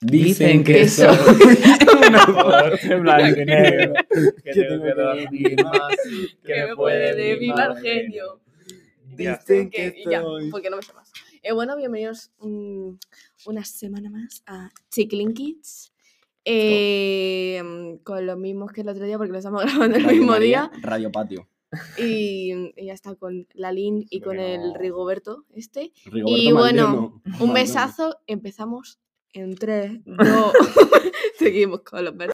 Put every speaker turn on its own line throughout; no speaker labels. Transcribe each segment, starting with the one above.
Dicen que soy un amor de blanco y negro. Que tengo que dormir más.
que me puede de mi mal genio.
Ya.
Dicen
Dicen
que
que
y ya,
estoy-
porque no me llamas. Eh, bueno, bienvenidos mm, una semana más a Chickling Kids. Eh, mm, con los mismos que el otro día, porque lo estamos grabando el
Radio
mismo
María,
día.
Radio Patio.
Y, y ya está con Lalín y con el
Bueno.
Rigoberto este.
Rigoberto
Y bueno,
Maldonado.
Un
Maldonado.
besazo. Empezamos en 3, 2. Seguimos con los besos.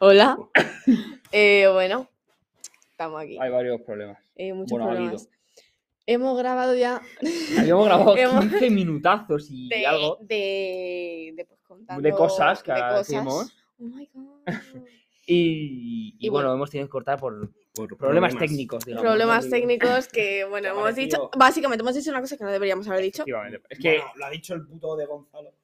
Hola. Eh, bueno, estamos aquí.
Hay varios problemas.
Eh, muchos
bueno, ha habido.
problemas. Hemos grabado ya
Habíamos grabado
Hemos-
15 minutazos y
de,
algo
de, de, pues,
de
contando-
cosas que
de
ahora
cosas.
decimos.
Oh my god.
Y, y
Y
bueno,
bueno.
hemos tenido que cortar por
Por
problemas, técnicos, digamos.
Problemas
¿no?
técnicos que, bueno,
Te
hemos dicho.
pareció.
Básicamente hemos dicho una cosa que no deberíamos haber dicho.
Efectivamente. Es que.
Bueno, lo ha dicho el puto de Gonzalo.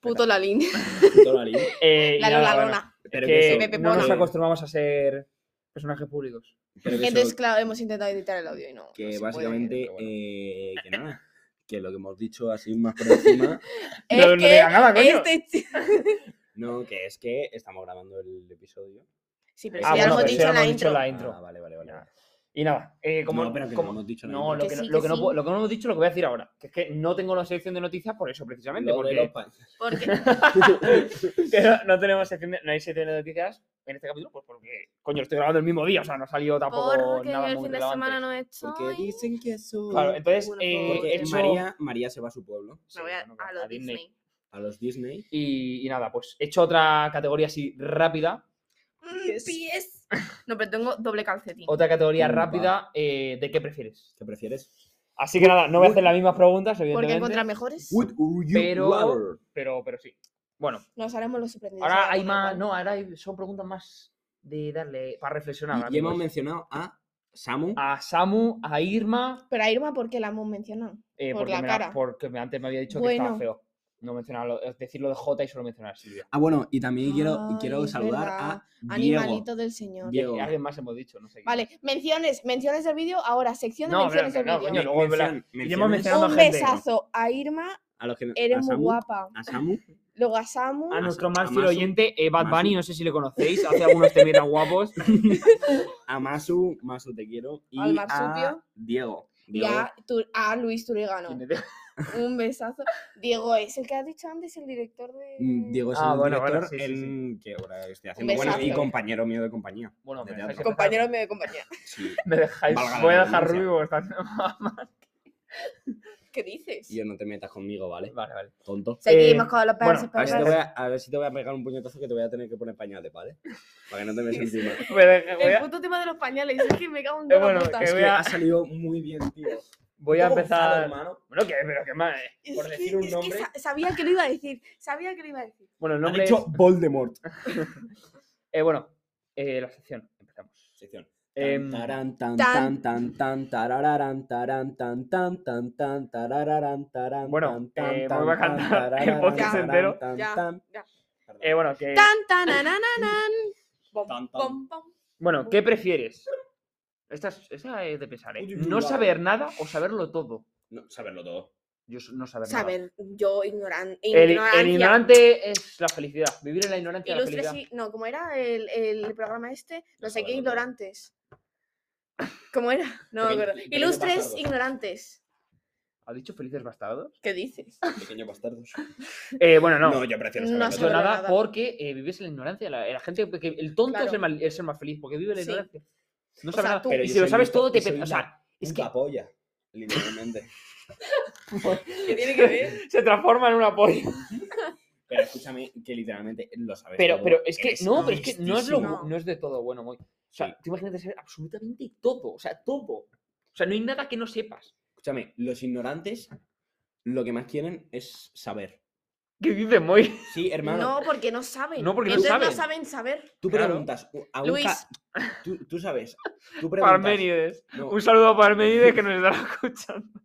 Puto la línea.
Puto Larín.
eh, y
La
nada,
lona,
bueno,
lona.
es
Pero
que
que eso-
Pepe
no nos
Pona.
acostumbramos a ser personajes públicos.
Pero que eso-
Entonces, claro, hemos intentado editar el audio y no. no
que
se puede.
básicamente,
pero bueno.
eh, que nada, que lo que hemos dicho así más por encima,
Es
No, no
que
diga nada, coño.
este chi-
no, que es que estamos grabando el episodio.
Sí, pero
Ah,
si ya
bueno,
lo hemos
pero
dicho
eso
en la
hemos dicho
intro.
en la intro.
Ah, vale, vale, vale.
Ya. Y nada, eh, como,
no, pero que
como-
no hemos dicho
No, lo
Que
que, no-
sí,
lo,
que
que no,
sí.
puedo- lo que no hemos dicho lo que voy a decir ahora. Que es que no tengo la sección de noticias por eso, precisamente.
Lo de
porque
los pa-
Porque,
que no, no tenemos sección de- no hay sección de noticias en este capítulo, pues porque, coño, estoy grabando el mismo día, o sea, no ha salido tampoco
porque
nada
el
muy
fin de
relevante.
semana no he hecho.
Porque dicen que soy...
Claro, entonces,
Una
eh,
foto.
porque
he hecho-
María, María se va a su pueblo,
Sí,
Me voy a,
bueno,
a lo Disney.
a los Disney.
Y, y nada, pues he hecho otra categoría así rápida,
Mm, pies. No, pero tengo doble calcetín.
otra categoría
Upa.
rápida eh, de qué prefieres.
¿Qué prefieres?
Así que nada, no voy a hacer las mismas preguntas,
Porque
evidentemente,
encontrar mejores
Would you
Pero-
rather?
pero, pero sí. Bueno,
nos haremos los sorprendidos.
ahora
ahora
hay
con
más,
lo
no, ahora hay- son preguntas más de darle, para reflexionar.
Y- Y hemos
amigos.
mencionado a Samu.
A Samu, a Irma,
Pero a Irma, ¿por qué la hemos mencionado?
Eh,
Por
porque,
la
me la-
cara.
porque me- antes me había dicho que estaba
Bueno.
feo. No mencionaba lo, es decir lo de J y solo mencionaba a Silvia.
Ah, bueno, y también quiero,
Ay,
quiero
es
saludar
verdad.
a Diego.
Animalito del señor.
Y
Diego.
y alguien más hemos dicho, no sé. quién.
Vale, menciones, menciones del vídeo. Ahora, sección de
No,
menciones
pero-
del
no,
vídeo.
coño, luego me la-
Mención-
iremos
menciones
mencionando
Un
a gente.
besazo a Irma,
a los que
eres
a
muy
Samu,
guapa.
a Samu,
Luego a Samu.
A
no.
nuestro
a
más
Masu,
fiel oyente, eh, Bad
Masu.
Bunny, no sé si le conocéis, hace algunos temeras guapos.
a Masu, Masu te quiero y
Al
a
marsupio.
Diego.
y
Diego.
a, Tu- a Luis Turigano. Un besazo. Diego es el que has dicho antes, el director de.
Mm, Diego es
Ah,
el
bueno,
director
bueno, sí, sí,
en que ahora estoy haciendo
Un
bueno y
besazo.
compañero mío de compañía.
Bueno, me
De
dejáis,
teatro.
Compañero mío de compañía.
Sí,
me dejáis.
Valga la
Voy a dejar
redundancia.
Rubio porque está haciendo mamá.
¿Qué dices?
y yo no te metas conmigo, ¿vale?
Vale, vale.
Tonto.
Seguimos
Eh,
con los
bueno,
perros.
A ver, si te
perros.
voy a, a ver si te voy a pegar un puñetazo que te voy a tener que poner pañales, ¿vale? Para que no te metas encima.
Voy a- voy
El
a-
puto tema de los pañales. Es que me cago en
Eh,
toda la
bueno,
puta.
que
Es que
voy a-
ha salido muy bien, tío.
Voy a
Poco forzado,
empezar.
hermano.
Bueno, que, pero que más. eh.
Es
por
que-
decir un
es que
nombre.
sa- sabía que lo iba a decir. Sabía que lo iba a decir.
Bueno, el
Ha
nombre.
dicho
es-
Voldemort.
eh, bueno, eh, la sección. Empezamos.
Sección.
Em,
Tarán, tan,
tan.
tan, tan, tan, tarararán, tarán, tan, tan, tan, tan, tarararán, tarán,
Bueno,
tan, tan,
eh,
tan,
me voy a
tan,
cantar el
tarararán,
podcast
tarán,
entero.
tan,
Ya,
tan.
ya.
Perdón.
eh, bueno, que.
Tan, tan, na, na, na, nan. Bom,
Tan, tan.
bom, bom.
Bueno, ¿qué prefieres? Esta es, esta es de pensar, ¿eh?
Uy, uy, uy,
No
vale.
saber nada o saberlo todo.
No, saberlo todo.
Yo so- no saber nada.
Saber, yo ignoran,
El,
ignorancia.
el ignorante es la felicidad. Vivir en la ignorancia es la
Ilustres
felicidad.
y... No, ¿cómo era el, el programa este? No sé qué,
Joder, no.
ignorantes. ¿Cómo era? No me
Pequeño-
acuerdo.
pequeño
Ilustres,
bastardo.
ignorantes.
¿Ha dicho felices bastardos?
¿Qué dices?
Pequeños bastardos.
Eh, bueno, no.
No, yo prefiero
No
No
saberlo
saber
saber
todo.
nada,
nada.
porque eh, vives en la ignorancia. La, la gente, que el tonto es, el
Claro.
mal- es el más feliz porque vive en la
Sí.
ignorancia. No
O
sabes
sea,
nada.
tú-
Pero
Y
yo
si lo
soy
sabes
un
todo,
to-
te
yo soy
pe- O
una
sea, es que
Puta polla, literalmente.
¿Qué tiene que ver?
se transforma en una polla.
Pero escúchame, que literalmente lo sabes
Pero,
todo.
pero es que
Eres
no, pero es que no es lo
listísimo.
bu- no es de todo bueno, muy. O sea,
Sí.
tú imagínate ser absolutamente todo. O sea, todo. O sea, no hay nada que no sepas.
Escúchame, los ignorantes lo que más quieren es saber.
¿Qué dices, Moy?
Sí, hermano.
No, porque no saben.
No, porque no
Entonces no
saben.
saben saber.
Tú
Claro.
preguntas u- a un
Luis.
ca- Tú, tú sabes. Tú preguntas,
Parménides.
no,
Un saludo a Parménides que nos estará escuchando.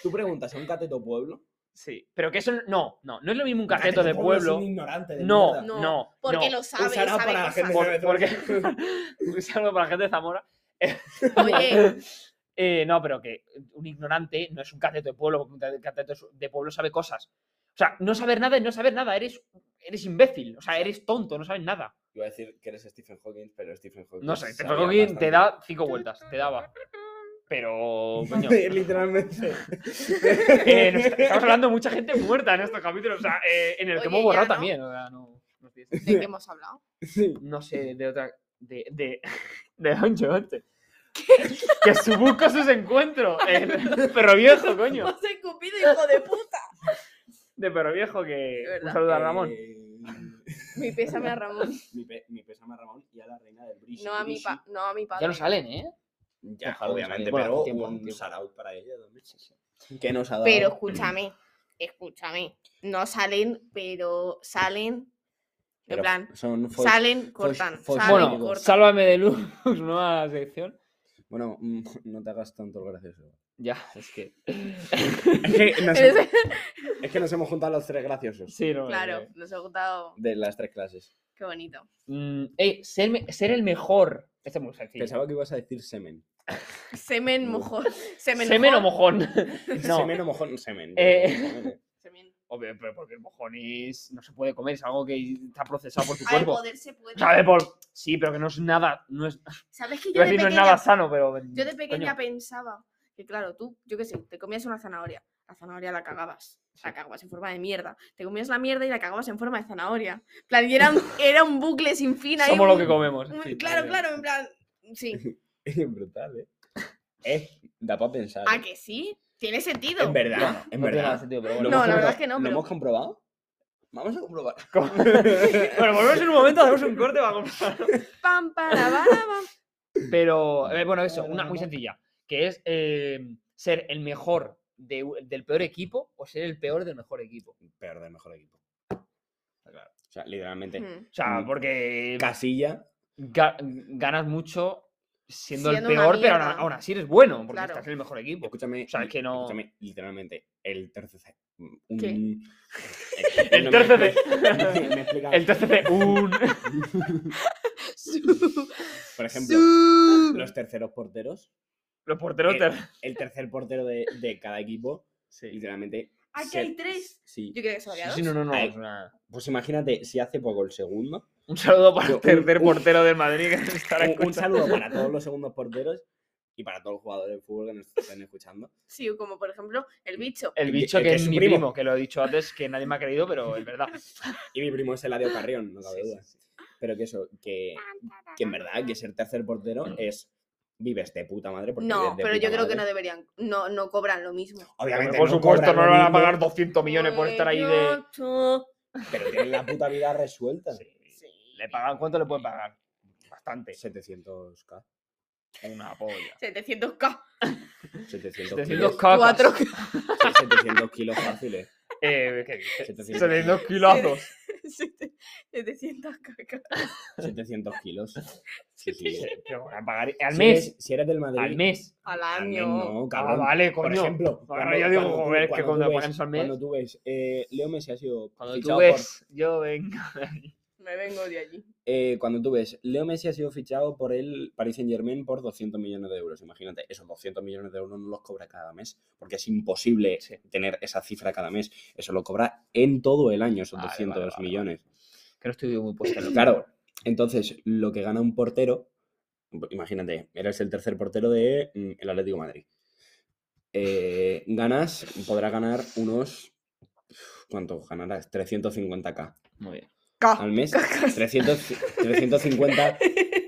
tú preguntas a un cateto pueblo
Sí, pero que eso no, no, no es lo mismo un
Cajeto
cajeto de pueblo.
Es un ignorante de
No,
mierda.
no,
No,
no.
Porque lo sabe,
Usará
sabe
para la
cosas.
gente
Por-
que-
porque un saludo para la gente de Zamora.
Oye,
Eh, no, pero que un ignorante no es un cateto de pueblo, porque un cate- cateto es- de pueblo sabe cosas. O sea, no saber nada es no saber nada, eres, eres imbécil, o sea, eres tonto, no sabes nada.
Iba a decir que eres Stephen Hawking, pero Stephen Hawking.
No sé, te,
sabía
Hawking te
bastante.
da cinco vueltas, te daba. Pero, coño.
Literalmente.
eh, nos- estamos hablando de mucha gente muerta en estos capítulos, o sea, eh, en el que
Oye,
hemos borrado
ya, ¿no?
también. o sea, no, no sé.
¿de qué hemos hablado?
Sí.
no sé, de otra. De. De. De Don Quijote. Que su busca sus encuentros. eh, de Perro viejo, coño.
Hemos escupido, hijo de puta.
De perro viejo que.
Es verdad.
Un saludo a Ramón.
Eh,
Mi pésame a Ramón.
mi, pe- mi pésame a Ramón y a la reina del British.
No a mi, pa- no a mi padre.
Ya no salen, ¿eh?
Ya,
Ojalá,
obviamente,
bueno,
pero
hace tiempo, hace
un
tiempo.
shout-out para ella también. Que nos ha dado.
Pero escúchame, escúchame. No salen, pero salen. En
Pero
plan,
Son fo-
salen,
fos-
cortan.
fos-
salen,
Bueno,
Bueno,
cortan.
sálvame de luz, nueva sección.
Bueno, mm, no te hagas tanto el gracioso.
Ya, es que.
Es que nos,
Eres-
es que nos hemos juntado los tres graciosos
Sí, no.
claro,
eh,
nos ha gustado.
de las tres clases.
Qué bonito.
mm, ey, ser, me- ser el mejor. Este es muy sencillo.
Pensaba que ibas a decir semen.
Semen mojón. Semen,
Semen o
mojón.
mojón. No.
Semen o mojón, semen.
Eh.
Semen.
Semen.
Obvio, pero porque el mojón es- no se puede comer, es algo que está procesado por tu
A ver,
cuerpo.
poder se puede.
¿Sabes? Por... Sí, pero que no es nada. No es...
¿Sabes que yo
Iba a
de
decir, no es
pequeña,
nada sano, pero.
yo de pequeña
coño,
pensaba que, claro, tú, yo qué sé, te comías una zanahoria. La zanahoria la cagabas. La cagabas en forma de mierda. Te comías la mierda y la cagabas en forma de zanahoria. En plan, y era un, era un bucle sin fin. ahí,
somos lo
un-
que comemos.
un-
sí,
claro,
también.
claro, en plan. Sí.
Es brutal, ¿eh? Eh, da para pensar.
¿A
¿eh?
Ah, que sí? Tiene sentido.
Es verdad,
No
es
tiene nada de
verdad.
sentido, pero
No,
bueno.
¿Lo hemos
la verdad
comprobado?
es que no,
¿Lo
pero-
hemos comprobado? Vamos a comprobar.
Bueno, volvemos en un momento, hacemos un corte, vamos.
Pam, para, para, pam.
Pero, eh, bueno, eso, una muy sencilla. Que es eh, ser el mejor de u- del peor equipo o ser el peor del mejor equipo.
Peor del mejor equipo. Claro. O sea, literalmente.
Mm.
O sea,
Mm.
porque
Casilla.
ga- ganas mucho siendo,
Siendo
el
una
peor, pero aún,
mierda.
aún así eres bueno, porque
Claro.
estás en el mejor equipo.
Escúchame.
O sea, es
li-
que no-
Escúchame, literalmente. El tercer. Un...
¿Qué?
El,
El tercer-
Me explica.
El TCC, un.
Su-
Por ejemplo,
su-
los terceros porteros.
Los porteros.
Eh,
ter-
El tercer portero de, de cada equipo.
Sí.
Literalmente.
Aquí
se-
hay tres.
Sí.
Yo creo que se lo había
Sí,
dado.
sí, no, no, no.
Ay.
es una-
Pues imagínate, si hace poco el segundo.
Un saludo para el
Yo,
tercer
un-
portero del Madrid que nos estará
un, un
escuchando.
saludo para todos los segundos porteros y para todos los jugadores de fútbol que nos estén escuchando.
Sí, como por ejemplo el bicho.
El
el
bicho
que-
que,
que
es,
es su
mi primo.
primo.
que lo he dicho antes, que nadie me ha creído, pero es verdad.
Y mi primo es Eladio Carrión, no cabe
Sí, sí,
duda. Pero que eso, que, que en verdad, que ser tercer portero es vives de puta madre. Porque
No,
vives de
pero yo
puta
creo que no
madre.
deberían, no, no cobran lo mismo.
Obviamente,
por
no
supuesto,
cobran
no
lo
le van a
mismo,
pagar 200 millones por estar ahí de.
Ocho.
Pero tienen la puta vida resuelta.
Sí, Le pagan, ¿Cuánto le pueden pagar? Bastante.
700k.
Una polla.
700k.
700
700
kilos.
cacas.
4
Sí, 700 kilos fáciles.
Eh, ¿qué dices?
700.
700 kilazos.
700 k
700 kilos. Sí, sí.
Sí, pero van a pagar al
Si
mes.
eres- si eres del Madrid.
Al mes.
al
al mes
año.
no,
Ah,
cabrón.
vale, coño.
Por ejemplo,
Ahora yo digo,
tú-
joder, es que
tú
cuando
ves-
pagan eso al mes-
Cuando tú ves, eh, Leo Messi ha sido
Cuando tú
fichado
ves, yo vengo.
Me vengo de allí.
por, eh, cuando tú ves, Leo Messi ha sido fichado por el Paris Saint Germain por 200 millones de euros. Imagínate, esos 200 millones de euros no los cobra cada mes, porque es imposible
Sí.
tener esa cifra cada mes. Eso lo cobra en todo el año, esos
Vale, vale,
200
vale,
millones.
Que no estoy muy puesto. en lo que-
Claro, entonces lo que gana un portero, imagínate, eres el tercer portero de mm, el Atlético de Madrid. Eh, ganas, podrá ganar unos, ¿cuánto ganarás? 350k
Muy bien.
Ah,
al mes. 300, 350,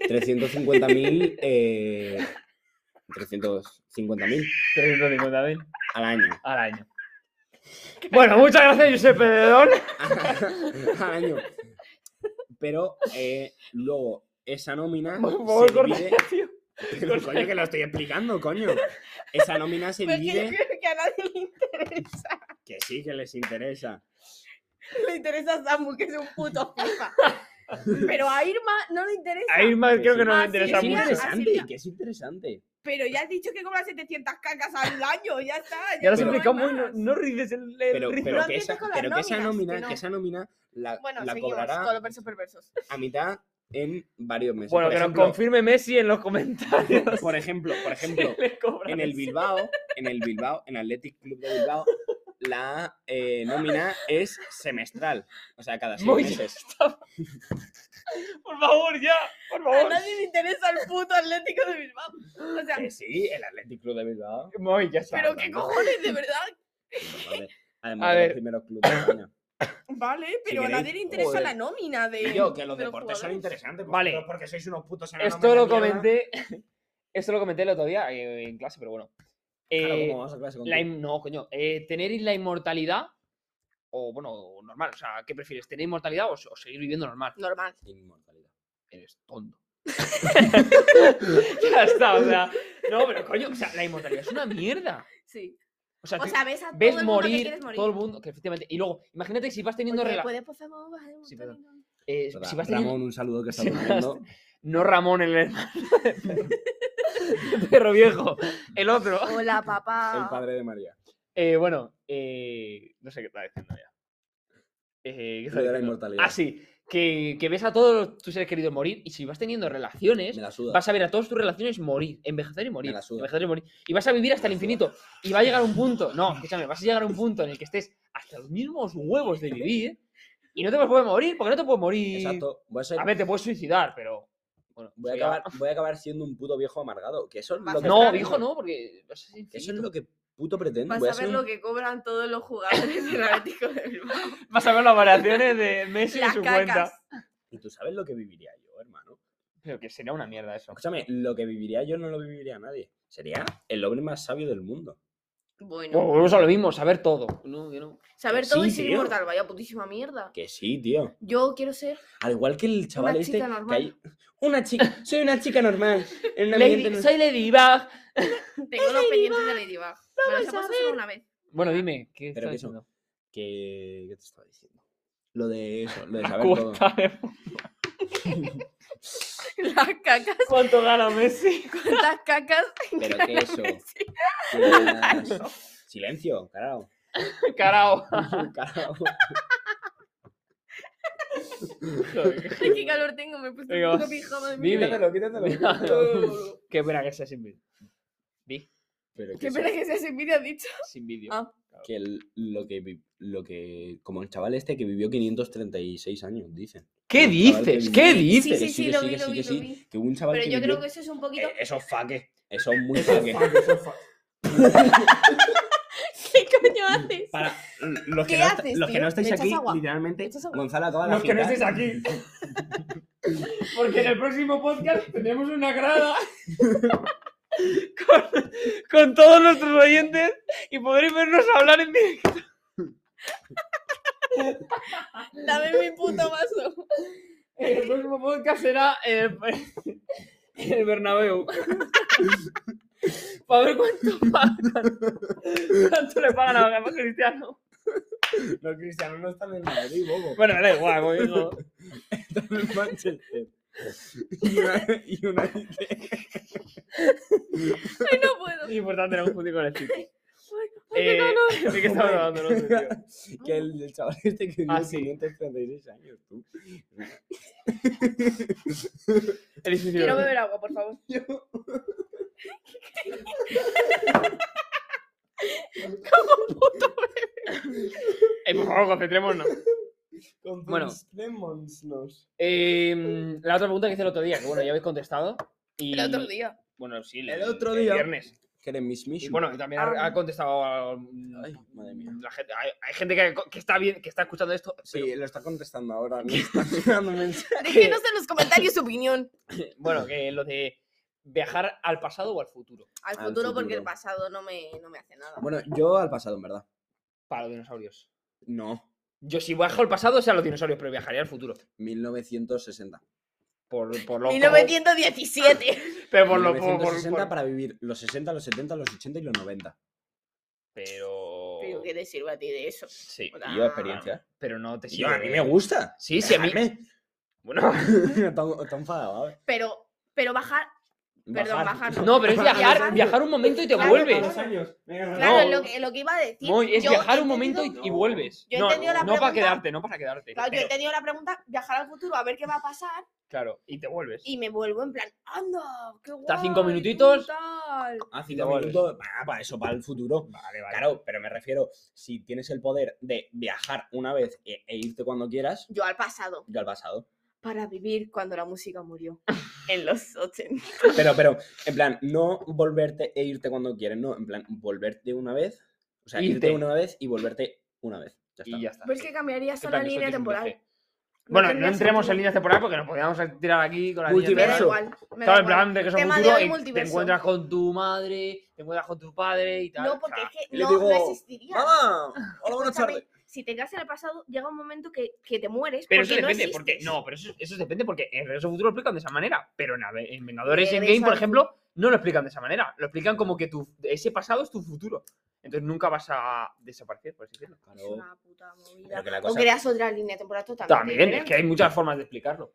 350 mil, eh, 350 mil
350.000
al año.
al año. Bueno, muchas gracias, Josep Pedrón.
al año. Pero eh, luego esa nómina
Por favor,
se
corta
divide-
ya, tío.
Pero,
Corta
coño, que lo estoy explicando, coño. Esa nómina se
Porque yo
divide.
creo que a nadie le interesa.
Que sí, que les interesa.
Le interesa a Samu, que es un puto FIFA. Pero a Irma no le interesa.
A Irma
Que
creo
sí.
que no
Ah,
me
sí,
interesa
que es
Silvia,
mucho.
así-
interesante,
Silvia.
que es interesante.
Pero ya has dicho que cobras 700 cacas al año, ya está.
Y ahora
no
siempre
hay
como no,
más.
no rices el, el
Pero,
rizo.
pero
No
que,
empieces
esa,
con las
pero que esa
nóminas, que
nómina, que
no.
esa nómina la,
Bueno,
la
seguimos con
cobrará
los versos perversos.
a mitad en varios meses.
Bueno,
Por
que
ejemplo,
nos confirme Messi en los comentarios.
Por ejemplo, por ejemplo,
Le cobran
en el
eso.
Bilbao, en el Bilbao, en Athletic Club de Bilbao, la eh, nómina es semestral. O sea, cada seis
Muy
meses.
Por favor, ya, por
A
favor.
nadie le interesa el puto Atlético de Bilbao. O sea,
Que sí, el Athletic Club de Bilbao.
Muy, ya está.
pero qué
hablando.
cojones, de verdad.
Joder, Además,
A
de
ver.
los primeros clubes de España.
Vale, pero a
queréis-
nadie le interesa
joder.
la nómina de.
Y yo, que los
de
deportes son
jugadores.
interesantes.
Vale.
vosotros Porque sois unos putos enanos
Esto lo
de mierda.
comenté. Esto lo comenté el otro día eh, en clase, pero bueno.
Claro,
Eh,
¿cómo vamos a clase con
la
tú?
im- no, coño. eh, tener la inmortalidad. O bueno, o normal. O sea, ¿qué prefieres? ¿Tener inmortalidad o, o seguir viviendo normal?
Normal.
Inmortalidad.
Eres tonto. ya está, o sea. No, pero coño, o sea, la inmortalidad es una mierda.
Sí.
O sea,
O
tú
sea, ves a todo
ves
el mundo que
morir,
quieres morir.
todo el mundo, que efectivamente. Y luego, imagínate que si vas teniendo
Oye,
rela-
¿Puedes, por favor, bajar un
Sí,
montón?
eh,
Perdona,
si vas teniendo-
Ramón, un saludo que está
si vas-
durmiendo.
No Ramón, el hermano. de Perro viejo. El otro.
Hola, papá.
El padre de María.
Eh, bueno, eh, no sé qué estaba diciendo ya. Eh, ¿qué estaba
Lo de la
diciendo?
inmortalidad.
Ah, sí. Que, que ves a todos los- tus seres queridos morir y si vas teniendo relaciones,
Me la suda.
vas a ver a todas tus relaciones morir, envejecer y morir,
la suda.
envejecer y morir. Y vas a vivir hasta
Me
el
la suda.
infinito. Y va a llegar un punto, no, escúchame, vas a llegar a un punto en el que estés hasta los mismos huevos de vivir ¿eh? y no te puedes morir porque no te puedes morir.
Exacto. Voy a, ser-
A ver, te puedes suicidar, pero... Bueno,
voy, a
eso ya-
acabar, voy a acabar siendo un puto viejo amargado. Que eso es
Vas
lo
a
que
No,
Claro.
viejo, no, porque... vas a ser
Eso es
infinito.
lo que puto pretendo.
Vas
Voy a
a ver
ser
lo
un-
que cobran todos los jugadores del Atlético de Bilbao.
Vas a ver las variaciones de Messi en
Las
su
cacas.
cuenta.
Y tú sabes lo que viviría yo, hermano.
Pero que sería una mierda eso.
Escúchame, lo que viviría yo no lo viviría nadie. Sería el hombre más sabio del mundo.
Bueno,
Bueno,
volvemos a lo mismo, saber todo. No, yo no.
saber
sí,
todo y ser
tío.
inmortal, vaya putísima mierda.
Que sí, tío.
Yo quiero ser.
Al igual que el chaval
Una
este.
chica
que
normal.
hay- Una chica. Soy una chica normal. En un ambiente
Lady,
no-
soy Ladybug.
Tengo unos pendientes de Ladybug. Me los he puesto solo una vez.
Bueno, dime, ¿qué
Pero
estás
que eso,
diciendo?
Que... ¿Qué te estaba diciendo? Lo de eso, lo de
La
saber todo.
cuota de-
Las cacas,
¿Cuánto gana Messi?
las cacas.
Pero que eso.
Sí.
que las- Silencio, carajo.
Carao.
Carajo.
Ay, qué calor tengo, me he puesto
Venga,
un poco
vas.
pijama de
Dime.
mierda.
Quítatelo, quítatelo.
Mira. Qué pena que sea sin vídeo. Vi,
Pero que
Qué
eso,
pena que seas envidia, has dicho.
sin vídeo.
Ah.
que el- lo que vi- lo que como el chaval este que vivió 536 años, dicen.
¿Qué
El chaval que
dices?
vivió-
¿Qué
Que
Sí,
dices?
sí,
sí,
sí,
que
lo
sí,
vi,
que
lo
sí,
vi,
que
lo
sí.
vi.
Que hubo un chaval
Pero
que
yo
vivió
creo que eso es un poquito.
Eh, eso es faque. Eso es muy faque.
¿Qué coño haces?
Para los que,
¿Qué
no, est-
haces,
los que
tío?
no estáis
¿Le echas
aquí,
agua? ¿Le
literalmente,
echas agua?
Gonzalo acaba de
Los que no
agitar-
estéis aquí. Porque en el próximo podcast tenemos una grada con, con todos nuestros oyentes y podréis vernos hablar en directo.
Dame mi puto vaso.
El próximo podcast será en el, en el Bernabéu. Para ver cuánto pagan. ¿Cuánto le pagan a Gonzalo Cristiano?
Los cristianos no están en Madrid, bobo.
Bueno, me da igual, como digo.
Están en Manchester. Y una, y una-
Ay, no puedo.
Es importante no confundir con el City.
Ay, qué
Eh,
calor.
¿De qué estamos hablando? No sé, tío.
que el, el chaval este que vivió
Ah, sí.
536 años, tú.
Es difícil.
Quiero beber agua, por favor.
Eh, por favor, concentrémonos. Bueno.
Concentrémonos.
Em, la otra pregunta que hice el otro día, que bueno, ya habéis contestado. Y,
El otro día.
Bueno, sí, el,
El otro
el
día.
viernes.
Que eres Miss
Y
Mission.
bueno, y también ha-
Ah.
ha contestado a- um,
Ay, madre mía.
la gente. Hay, hay gente que, que está bien, que está escuchando esto.
Sí, lo está contestando ahora. No está dando mensaje.
Déjenos en los comentarios su opinión.
pero, bueno, que lo de viajar al pasado o al futuro
Al
Al
futuro, porque el
futuro.
pasado no me, no me hace nada.
Bueno, yo al pasado, en verdad.
para los dinosaurios.
No,
Yo si viajo al pasado sea a los dinosaurios, pero viajaría al futuro.
1960.
Por, por lo
1917.
Pero por lo por, por-
1960
por-
para vivir los 60, los 70, los 80 y los 90.
Pero.
Digo, ¿qué te sirve a ti de eso?
Sí.
Hola.
Y yo experiencia. ¿eh?
Pero no te
Yo,
sirve.
a mí me gusta.
pues eh. Sí, sí, a mí.
Dejadme.
Bueno.
Está está enfadado. ¿eh?
Pero, pero bajar. Perdón, bajar.
No, pero es
Bajar.
viajar, viajar un momento y te
Claro,
vuelves.
claro.
No.
Claro, es lo, que, lo que iba a decir.
Moy, es
yo
viajar
he
un momento y,
entendido-
y vuelves.
yo he
no,
entendido la
no para
pregunta.
quedarte, no para quedarte.
Claro, yo he
pero-
tenido la pregunta, viajar al futuro, a ver qué va a pasar,
claro, y te vuelves.
y me vuelvo en plan, anda, qué guay.
Estás cinco
tú,
minutitos.
tal".
Ah,
te
cinco
vuelves.
minutos, para eso, para el futuro.
Vale, vale.
Claro, pero me refiero, si tienes el poder de viajar una vez e, e irte cuando quieras,
Yo al pasado,
yo al pasado.
para vivir cuando la música murió, en los 80.
Pero, pero, en plan, no volverte e irte cuando quieres, no, en plan, volverte una vez, o sea, irte,
Irte.
una vez y volverte una vez. Ya está.
Y ya está.
Pero es que cambiaría
En
hasta la
plan, eso
línea
tiene un
temporal.
viaje.
No
Bueno, no
tendría
entremos
sentido.
en líneas temporales porque nos podríamos tirar aquí con la línea
Me da
Multiverso.
temporal.
igual, me da
Claro, en
igual.
plan de que son
Tema de
futuro
hoy,
y te
multiverso.
encuentras con tu madre, te encuentras con tu padre y tal.
No, porque
o sea,
es que
y le
no,
digo,
no existiría.
¡Mamá! Hola, buenas
Escúchame,
tardes.
Si te quedas en el pasado, llega un momento que, que te mueres.
Pero
porque
eso depende,
no
porque.
existes.
No, pero eso, eso depende porque en Regreso al Futuro lo explican de esa manera. Pero en, Ave- en Vengadores
Regreso
Endgame, por
al
ejemplo, no lo explican de esa manera. Lo explican como que tu, ese pasado es tu futuro. Entonces nunca vas a desaparecer, por así decirlo.
Es una puta movida.
Pero que la
O
cosa-
creas otra línea temporal totalmente.
También, es que hay muchas formas de explicarlo.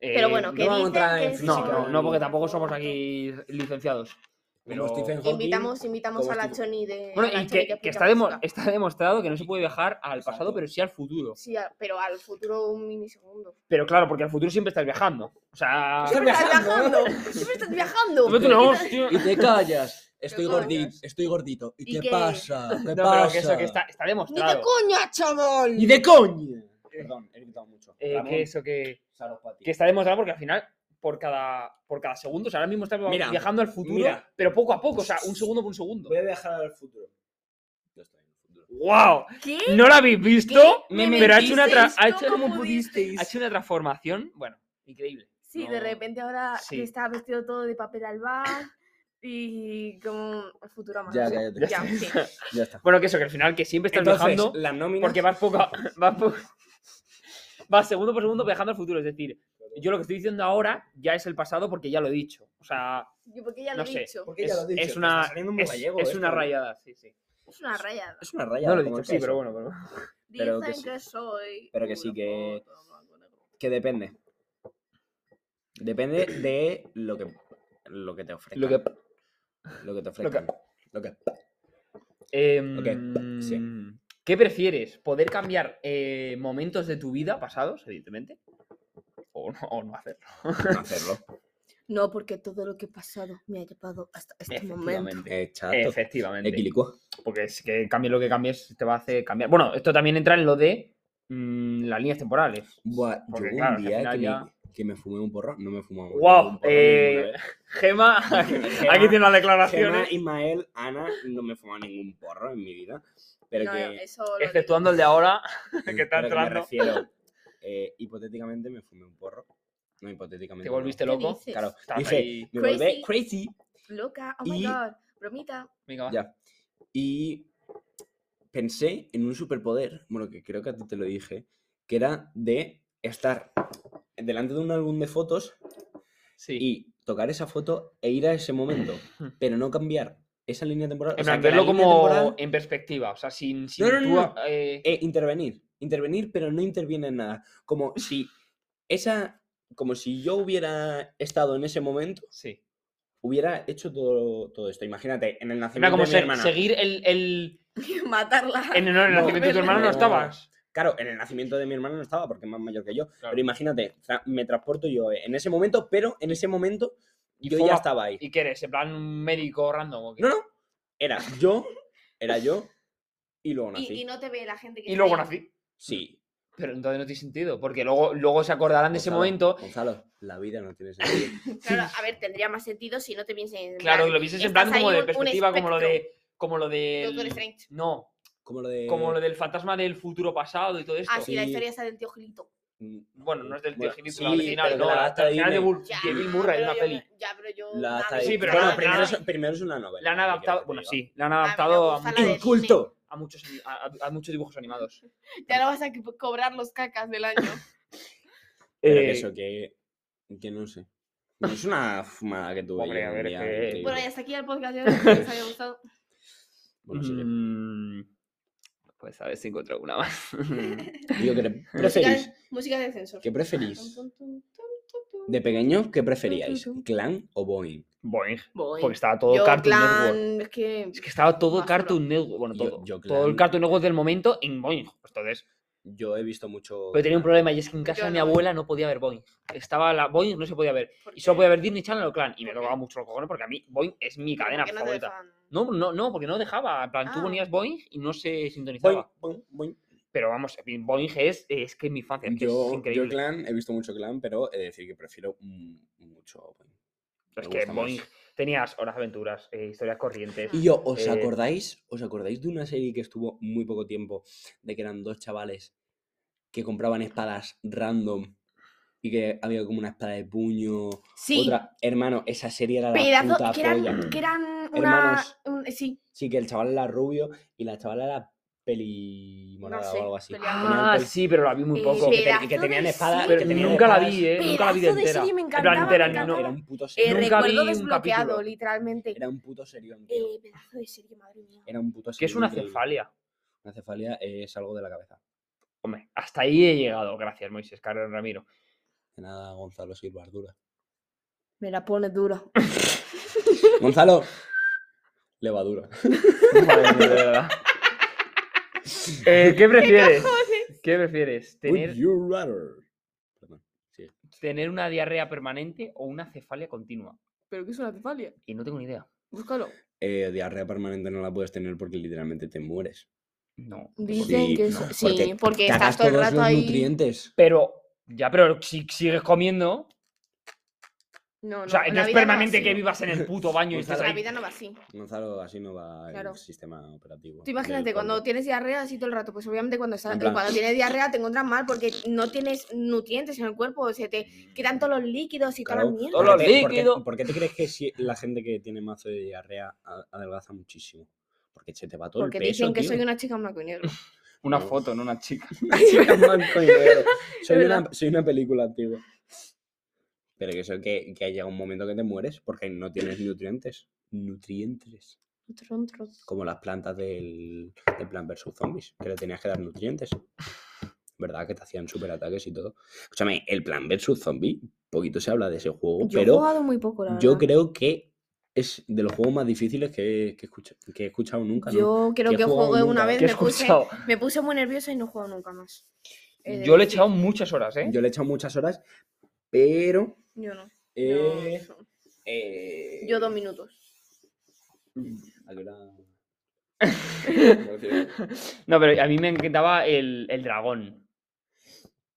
Pero
Eh,
bueno, que
no vamos a
dicen
entrar
que Eh,
en
es
No,
física
no,
una
no, porque
línea
tampoco somos
temporal.
aquí licenciados. Pero-
Como Stephen Hawking.
Invitamos, invitamos
como
a la
Stephen-
Choni de.
Bueno,
a la
y
Choni
que, que
explica
está, demo-
música.
está demostrado que no se puede viajar al
Exacto.
pasado, pero sí al futuro.
Sí, a- pero al futuro un minisegundo.
Pero claro, porque al futuro siempre estás viajando. O sea.
Estás
¡Siempre estás
viajando.
viajando! ¡Siempre estás viajando!
Vete una hostia.
Y te callas. Estoy
Te callas.
gordito, estoy gordito. ¿Y,
¿Y
qué
qué?
pasa? ¿Qué
No,
pasa?
pero que eso que está, está
¡Ni de
demostrado.
coña, chaval!
¡Ni de coña! Perdón, he gritado mucho.
Eh,
Ramón,
que eso que,
Saropati.
que está demostrado porque al final, por cada, por cada segundo, o sea, ahora mismo estás
Mira,
viajando al futuro,
mira.
pero poco a poco, o sea, un segundo por un segundo.
Voy a viajar al futuro. Yo estoy en el futuro.
¡Wow!
¿Qué?
¿No lo habéis visto?
¿Qué? ¿Me
pero ha hecho, una tra-
mentisteis?
ha, hecho,
¿Cómo
ha hecho una transformación, bueno, increíble.
Sí,
No.
de repente ahora que
Sí.
está vestido todo de papel albá y como el futuro más.
Ya,
no sé.
cállate.
Ya, sí.
Ya está.
Bueno, que eso, que al final, que siempre estás
Entonces,
viajando.
las nóminas...
Porque vas poco a- vas po- vas segundo por segundo viajando al futuro. Es decir, yo lo que estoy diciendo ahora ya es el pasado porque ya lo he dicho. O sea,
Yo porque ya lo
No
he
sé.
dicho.
Porque ya
es,
lo he dicho,
es
te
una,
está saliendo muy
es,
gallego eh,
es
esto,
una
¿no?
rayada, sí, sí.
Es una rayada.
Es una raya.
No lo he dicho, sí, pero bueno. pero bueno.
Pero
Dicen
que
que,
sí.
soy.
Pero que sí,
una
que-
foto, blanco, negro.
Que depende. Depende de lo que, lo que te ofrezcan.
Lo que-
lo que te ofrezcan. Lo que...
Em,
Ok, sí.
¿Qué prefieres? ¿Poder cambiar eh, momentos de tu vida pasados, evidentemente? O no, o no hacerlo.
no hacerlo.
No, porque todo lo que he pasado me ha llevado hasta este momento.
Efectivamente.
Exacto.
Efectivamente.
Equilicuo.
Porque es que cambie lo que cambies, te va a hacer cambiar. Bueno, esto también entra en lo de mm, las líneas temporales.
Buah, yo
Porque,
hubo
claro,
un
que al
día que,
final
me,
ya-
que me fumé un porro. No me fumaba un
Guau,
porro
eh,
ninguna vez.
Gema,
Gema-
aquí tiene ¿eh? las
Gemma,
declaraciones.
Ismael, Ana, no me fumaba ningún porro en mi vida. Pero
No, eh,
que...
eso lo
Exceptuando el de ahora, que
pero
está
me
entrando.
refiero... eh, hipotéticamente me fumé un porro. No, hipotéticamente.
Te
no.
volviste
digo. ¿Qué
loco.
dices?
Claro,
Estás
dije,
ahí.
me
Crazy.
volví crazy.
Loca, oh my
Y-
god. Bromita.
Venga, va.
Ya. Y pensé en un superpoder, bueno, que creo que a ti te lo dije, que era de estar delante de un álbum de fotos
Sí.
y tocar esa foto e ir a ese momento, pero no cambiar esa línea temporal. o
en
sea,
plan,
que la
verlo
línea
como
temporal,
en perspectiva. O sea, sin, sin
No, no, no,
tú, eh,
eh, intervenir, intervenir, pero no interviene en nada. Como si esa, como si yo hubiera estado en ese momento,
Sí.
hubiera hecho todo, todo esto. Imagínate, en el
Era
nacimiento
como
de mi
se-
hermana.
seguir el. el...
Matarla.
En el, no, en el
No,
nacimiento de tu
no,
hermano no
no.
estabas.
Claro, en el nacimiento de mi hermana no estaba porque es más mayor que yo.
Claro.
Pero imagínate, tra- me transporto yo en ese momento, pero en ese momento
Y
yo
fue
ya
una-
estaba ahí.
¿Y qué eres? ¿En plan un médico random? o qué?
No, no. Era yo, era yo y luego nací.
Y, y no te ve la gente que.
Y
está
luego
ahí.
nací.
Sí.
Pero entonces no tiene sentido. Porque luego, luego se acordarán de ese
Gonzalo,
momento
Gonzalo, la vida no tiene sentido.
Claro, a ver, tendría más sentido si no te piensen en.
Claro, que
plan,
lo vieses en
estás
plan como
ahí
de
un- un
perspectiva, como lo de.
espectro.
Como lo de.
Doctor Strange.
No,
Como lo de.
como lo del fantasma del futuro pasado y todo esto.
Ah, sí, la
Sí.
historia está del tío Gilito.
Mm,
Bueno, no es del
bueno,
tío Gilito, la
sí,
original,
pero
no,
que
la,
adapta
la original de,
Disney.
Bull- de Bill Murray,
pero
una
yo
peli.
no- Ya, pero yo.
La
nada,
adapta
Sí,
Disney.
pero
bueno,
la-
primero,
la-
es, primero es una novela.
La han
¿qué
adaptado,
quieres que
bueno,
te diga?
sí, la han
Ah, me
adaptado a,
gusta la
muchos-
de-
¡Inculto!
a muchos, a- a muchos dibujos animados.
Ya no vas a co- cobrar los cacas del año.
Pero que
Eh,
eso, que. Que no sé. No es una fumada que tuve.
Hombre,
yo
a
un
ver,
día
que-
increíble.
bueno, y hasta aquí el podcast. de hoy, espero que os haya gustado.
Bueno, sí que-
mm, Pues a ver si encuentro alguna más.
Digo que
Música,
preferís.
música de censor.
¿Qué preferís?
Tun, tun, tun, tun, tun.
De pequeños, ¿qué preferíais?
tú.
¿Clan o Boeing?
Boing.
Voy.
Porque estaba todo
Yo,
Cartoon
clan,
Network.
Es que...
Es que estaba todo
basura.
Cartoon Network. Bueno,
Yo-
todo.
yo
todo el
Clan-
Cartoon Network del momento en Boing. Entonces,
Yo he visto mucho.
pero tenía un
Clan.
problema y es que en casa
Yo
de mi
no.
abuela no podía ver Boing. Estaba la Boing, no se podía ver. Y solo podía ver Disney Channel o Clan. Y me
¿Por qué?
tocaba mucho los cojones porque a mí Boing es mi
¿Por
cadena
qué no te
favorita.
dejan?
No, no, no, porque no dejaba. En plan, tú
Ah.
ponías Boing y no se sintonizaba.
Boing, boing, boing.
Pero vamos, en fin, Boing es, es que es mi infancia. es que es
Yo, yo
increíble.
clan, he visto mucho clan, pero he de decir que prefiero mm, mucho Boeing.
Pero es
me
que
gusta más.
Boing tenías horas de aventuras, eh, historias corrientes.
Y yo, ¿os
Eh,
acordáis? ¿Os acordáis de una serie que estuvo muy poco tiempo? De que eran dos chavales que compraban espadas random y que había como una espada de puño.
Sí,
Otra. Hermano, esa serie era la
pedazo-
puta
que eran,
polla.
que eran una...
Hermanos.
un- sí,
Sí, que el chaval era rubio y la chavala era pelimorada
sé,
o algo así.
peliamor.
Tenían
Ah,
pel-
sí, pero la vi muy
Eh,
poco.
que, te-
pedazo
que tenían
de
espada.
serie.
que tenían
Nunca la vi,
espadas.
eh. Nunca la vi de
pedazo de
entera.
serie, me
En plan,
encantaba, me
entera,
Era,
no.
encantaba.
era un puto
Eh,
serión.
Nunca
recuerdo
vi un
desbloqueado,
capítulo.
literalmente.
Era un puto serión, tío.
Eh, pedazo de serie, madre mía.
Era un puto
Que es
serión
una
increíble.
cefalia.
Una cefalia es algo de la cabeza.
Hombre, hasta ahí he llegado. Gracias, Moisés Carlos Ramiro.
De nada, Gonzalo Silva Ardura.
Me la pone dura.
Gonzalo. Levadura.
Madre mía, de verdad. Eh, ¿Qué prefieres? ¿Qué prefieres?
Would
¿Tener,
you rather? Perdón.
¿Tener una diarrea permanente o una cefalia continua?
¿Pero qué es una cefalia?
Y no tengo ni idea.
Búscalo.
Eh, diarrea permanente no la puedes tener porque literalmente te mueres.
No.
Dicen
Sí,
que es...
no,
sí, porque,
cagas
estás todo el
todos
rato
los
ahí...
nutrientes.
Pero, ya, pero si sigues comiendo.
No, no,
o sea,
la
no es
vida
permanente
así.
que vivas Pues en el puto baño y
O sea,
estés
La
ahí.
vida no va así.
Gonzalo, así no va
Claro.
el sistema operativo.
Tú
del
imagínate, cuando
cuerpo.
tienes diarrea así todo el rato, pues obviamente cuando, estás-
En plan-
cuando tienes diarrea te encuentras mal porque no tienes nutrientes en el cuerpo, o sea, te quitan todos los líquidos y toda la
Claro,
mierda.
Todos
¿por
los
qué- por qué-
líquidos.
¿Por qué te crees que si la gente que tiene mazo de diarrea a- adelgaza muchísimo? Porque se te va todo
Porque
el peso,
dicen que
tío.
soy una chica blanco y negro.
Una
No.
foto, no una chica.
Chica en blanco y negro. soy,
verdad.
una, soy una película antigua. Pero que eso que, que llega un momento que te mueres porque no tienes nutrientes. Nutrientes.
Tron, tron.
Como las plantas del, del plan versus zombies, que le tenías que dar nutrientes. ¿Verdad? Que te hacían superataques y todo. Escúchame, el plan versus zombie, poquito se habla de ese juego,
Yo
Oh,
he
pero
jugado muy poco, la
yo
verdad.
creo que es de los juegos más difíciles que, que, escucha- que he escuchado nunca. ¿no?
Yo creo
que he
que
jugado
jugué
nunca.
una vez,
¿Qué he
me puse,
escuchado?
me puse muy nerviosa y no he jugado nunca más. Eh, de
Yo le he
decir,
echado muchas horas, ¿eh?
Yo le he echado muchas horas, pero.
Yo no.
eh,
Yo,
eh,
yo dos minutos.
¿a qué hora?
No, pero a mí me encantaba el, el dragón.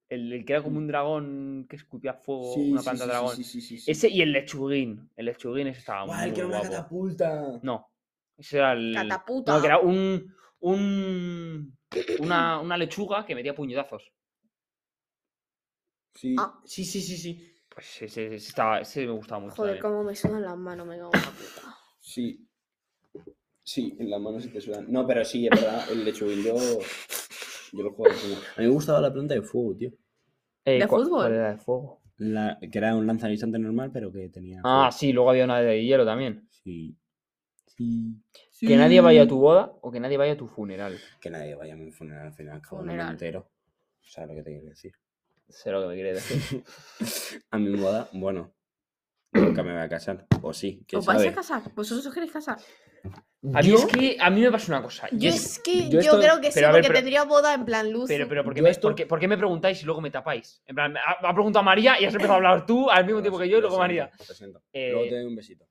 El, el que era como un dragón que escupía fuego,
Mm. Sí,
una
sí,
planta
sí,
dragón.
sí, sí, sí, sí.
Ese y el lechuguín. El lechuguín ese estaba
Guau, el
muy
que era una
guapo.
catapulta.
No. Ese era el.
Cataputa.
No, que era un. un una, una lechuga que metía puñetazos.
Sí.
Ah.
sí, sí, sí, sí.
Pues ese, ese estaba, ese me gustaba mucho.
Joder,
también.
cómo me sudan las manos, me cago en la puta.
Sí. Sí, en las manos se te sudan. No, pero sí, es verdad, el lechuguín yo. Yo lo jugaba. así. A mí me gustaba la planta de fuego, tío.
Eh,
¿De
¿cuál- cuál
fútbol?
era de fuego?
La- que era un lanzadistante normal, pero que tenía.
Ah,
fuego.
sí, luego había una de hielo también.
Sí. Sí.
Que nadie vaya a tu boda o que nadie vaya a tu funeral.
Que nadie vaya a mi funeral al final, acabo no me
Funeral.
entero. ¿Sabes lo que te quiero decir?
Sé lo que me quieres decir.
A mi boda, bueno, nunca me voy a casar. O sí, quién
¿Os vais a
sabe.
casar? ¿Vosotros os queréis casar?
A mí
Yo-
es que a mí me pasa una cosa. y
Yo
es-
es que
yo
yo,
esto-
creo que sí,
pero a ver,
porque
pero-
tendría boda en plan luz.
Pero, pero ¿por, qué
yo
me,
esto-
por qué- por qué me preguntáis y luego me tapáis? En plan, ha, ha preguntado María y has empezado a hablar tú al mismo
Lo
tiempo que
si-
yo y
lo
luego
siento,
María.
lo siento.
Eh,
Luego te doy un besito.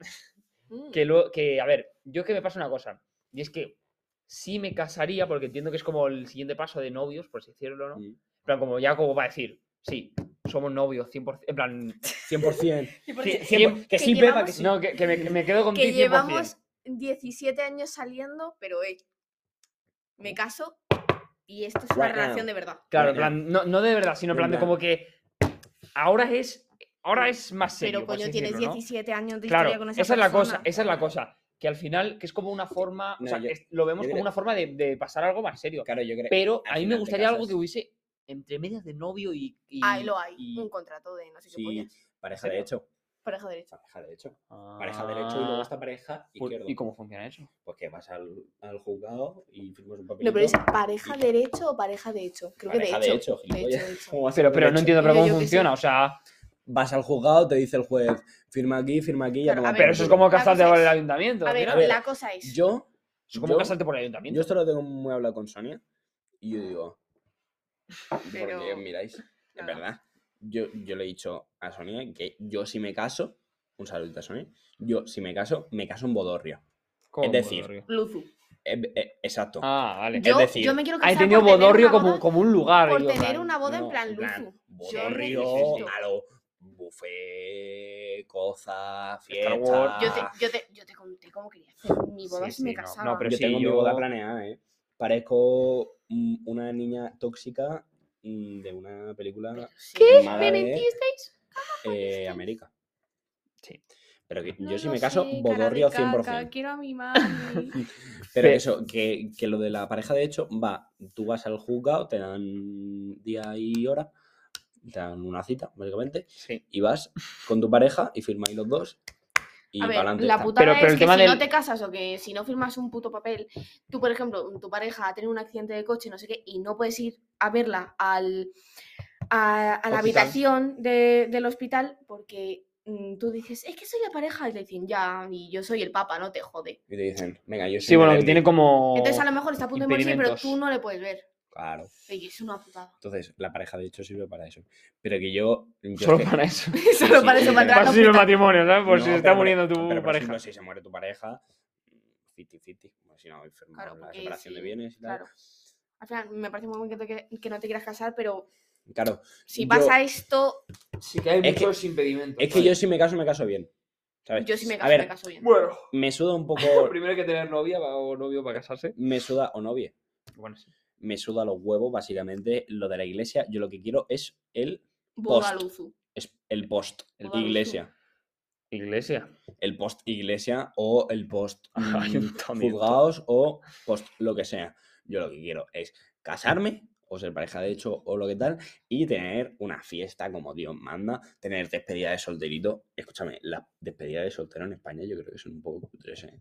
Que, lo, que, a ver, yo es que me pasa una cosa. Y es que sí me casaría, porque entiendo que es como el siguiente paso de novios, por si decirlo, ¿no? En
Mm.
plan, como ya como va a decir, sí, somos novios, 100%. En plan,
100%.
cien- cien-
que
que
sí, Pepa,
llevamos-
que sí.
no, que, que me, que me quedo con
que
ti 100%.
llevamos 17 años saliendo, pero eh, me caso y esto es una
Right now.
relación de verdad.
Claro, en
Venga.
plan, no, no de verdad, sino en
En
plan de
plan-
como que ahora es, ahora es más serio.
pero
por así
coño, tienes
decirlo, ¿no?
17 años de
Claro,
historia con esa
esa es la cosa,
persona.
esa es la cosa. Que al final, que es como una forma, o
No,
sea,
yo-
es- lo vemos
yo
como
creo-
una forma de, de pasar algo más serio.
Claro, yo creo.
Pero
al
a mí me
final te
gustaría algo que
casas.
hubiese entre medias de novio y... y-
Ahí lo hay,
y-
un contrato de no sé qué
Sí,
pollas.
pareja
¿En
de
serio?
hecho.
Pareja derecha.
Pareja de hecho. Pareja derecho y
Ah,
luego esta pareja
pues,
izquierdo.
¿Y cómo funciona eso?
Pues que vas al, al juzgado y firmas un papel.
No, pero es pareja derecho o pareja de hecho. Creo que de
Pareja
hecho.
de hecho,
de hecho,
gilipollas.
de hecho.
¿Cómo va a ser
Pero, pero
derecho?
no entiendo pero
Pero
cómo
yo qué sé.
funciona, o sea...
vas al juzgado, te dice el juez, firma aquí, firma aquí, ya
Claro,
toma
a ver,
Pero
por
eso es
culo".
como
La
casarte
cosa
por el
es-
ayuntamiento.
A ver,
mira.
a ver,
la cosa es.
Yo,
Eso es como
yo-
casarte por el ayuntamiento.
yo esto lo tengo muy hablado con Sonia, y yo digo, ¿por qué
Pero-
os miráis? Es
Nada.
verdad. Yo, yo le he dicho a Sonia que yo si me caso, un saludo a Sonia, yo si me caso, me caso en Bodorrio.
¿Cómo
es decir,
Bodorrio?
Luzu.
Eh, eh, exacto.
Ah, vale.
Yo,
decir,
yo me quiero
Ha
casar
entendido
por tener
Bodorrio
una
como,
boda-
como un lugar.
por
y yo, en
tener
plan,
una boda en
No,
plan Luzu. Yo
bodorrio,
necesito-
a lo buffet, cosa,
Star
fiesta.
Wars.
Yo te, yo, te, yo te conté cómo quería hacer mi boda
Ah. Sí,
si me
sí, no, no,
casaba.
pero
Yo
sí,
tengo mi
yo-
boda planeada, ¿eh? Parezco mm, una niña tóxica mm, de una película
¿Qué?
Mala
¿Me
de-
mentisteis?
eh,
sí.
América.
Sí.
Pero que
No
yo si
lo
me caso,
sé, cara de
bodorrio
caca,
100%.
Quiero a mi mami.
Pero
Pe-
eso, que, que lo de la pareja de hecho va, tú vas al juzgado, te dan día y hora, te dan una cita, básicamente,
Sí.
y vas con tu pareja y firmáis los dos y
A ver,
pa'lante
la
está.
putada
Pero- pero
es
el
que
tema
si no
del-
te casas o que si no firmas un puto papel, tú, por ejemplo, tu pareja ha tenido un accidente de coche, no sé qué, y no puedes ir a verla al, a, a la
Hospital.
habitación de- del hospital porque mm, tú dices, es que soy la pareja, y le dicen, ya, y yo soy el papa, no te jode.
Y te dicen, venga, yo soy
Sí, bueno, que
Melendi.
tiene como.
Entonces a lo mejor está a punto de morir, pero tú
impedimentos.
no le puedes ver.
Claro.
Oye, es una putada.
Entonces, la pareja de hecho sirve para eso. Pero que yo. yo es
Solo
que-
para eso.
sí,
Solo para eso,
sí,
para
sí.
entrar al
Para si el
hospital.
matrimonio, ¿sabes?
No,
Por si se
pero
está
por-
muriendo tu
pero por
pareja.
ejemplo, si se muere tu pareja, fiti fiti. Como si no, firmamos
Claro,
la
porque
separación de
sí,
bienes y tal.
claro. Al final, me parece muy bien que, te que- que no te quieras casar, pero
Claro.
si
Yo-
pasa esto,
Sí, que hay
Es que-
muchos impedimentos.
Es que yo si me caso, me caso bien. ¿Sabes?
yo sí me
A
caso,
ver,
me caso bien.
Bueno,
me suda un poco.
primero hay que tener novia o novio para casarse.
me suda, o novie,
Bueno, sí.
me suda los huevos, básicamente, lo de la iglesia. Yo lo que quiero es el,
Boda
post.
Luzu.
es el post, el
Joder,
iglesia.
Iglesia.
El post iglesia o el post mm,
Ayuntamiento.
juzgados o post lo que sea. Yo lo que quiero es casarme o ser pareja de hecho o lo que tal y tener una fiesta como Dios manda, tener despedida de solterito. Escúchame, la despedida de soltero en España yo creo que son un poco cutres, ¿eh?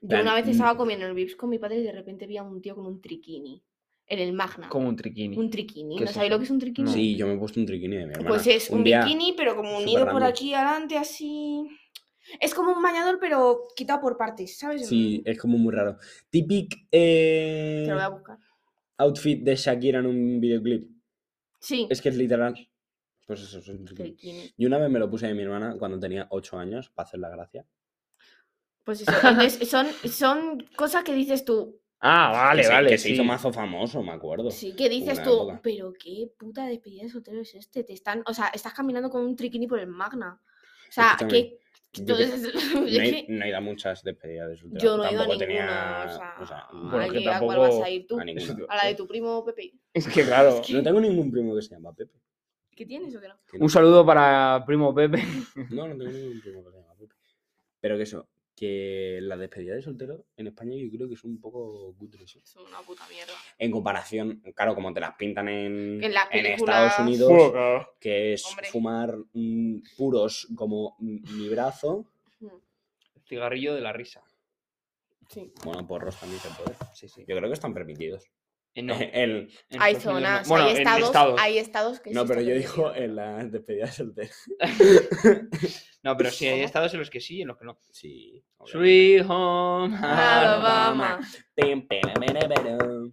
Yo una
plan,
vez
mm.
estaba comiendo en el Vips con mi padre y de repente vi a un tío con un triquini. En el Magna.
Como un triquini.
Un triquini.
¿Qué
¿No
es
sabéis
eso?
lo que es un triquini?
No.
Sí, yo me he puesto un triquini de mi hermana.
Pues es un,
día-
bikini, pero como
súper
unido por
random.
aquí adelante, así. Es como un bañador, pero quitado por partes, ¿sabes?
Sí, es como muy raro. Típico
Te lo voy a buscar.
outfit de Shakira en un videoclip.
Sí.
Es que es literal. Pues eso es un triquini.
Triquini.
Yo una vez me lo puse de mi hermana cuando tenía 8 años, para hacer la gracia.
Pues eso. entonces, son, son cosas que dices tú.
Ah, vale,
que se,
vale.
que se
sí.
hizo mazo famoso, me acuerdo.
Sí, que dices
Una
tú.
época.
Pero qué puta despedida de soltero es este. Te están, o sea, estás caminando con un triquini por el Magna. O sea,
Escúchame,
que.
Yo que-
Entonces,
no,
es
he,
que-
no he ido a muchas despedidas de soltero.
Yo no he ido a
Tampoco
ninguna,
tenía.
o sea,
Bueno,
¿a
es que
qué- a cuál
tampoco-
vas a ir tú?
a ninguna.
A la de tu primo Pepe.
Es que claro.
No tengo ningún primo que se llama Pepe.
¿Qué tienes o qué no?
que no-
Un saludo para primo Pepe.
No, no tengo ningún primo que se llama Pepe. Pero que eso, que las despedidas de soltero en España yo creo que son un poco cutres. ¿eh?
Es una puta mierda.
En comparación, claro, como te las pintan en,
Que en las
en Estados
películas-
Unidos,
Poca.
que es
Hombre.
fumar mm, puros como mm, mi brazo.
Mm.
Cigarrillo de la risa.
Sí.
Bueno, porros también se puede.
Sí, sí.
Yo creo que están permitidos.
Eh, no, en
El-
Estados
Hay
Unidos no.
zonas,
Bueno,
hay,
en
estados,
estados.
hay estados que sí
No, pero
está
yo digo
permitido.
en las despedidas solteras.
No, pero sí hay
¿Cómo?
estados en los que sí y en los que no. Ah,
Sí. obviamente.
Sweet home.
Ah, Alabama.
Pim, pim, pim, pim, pim.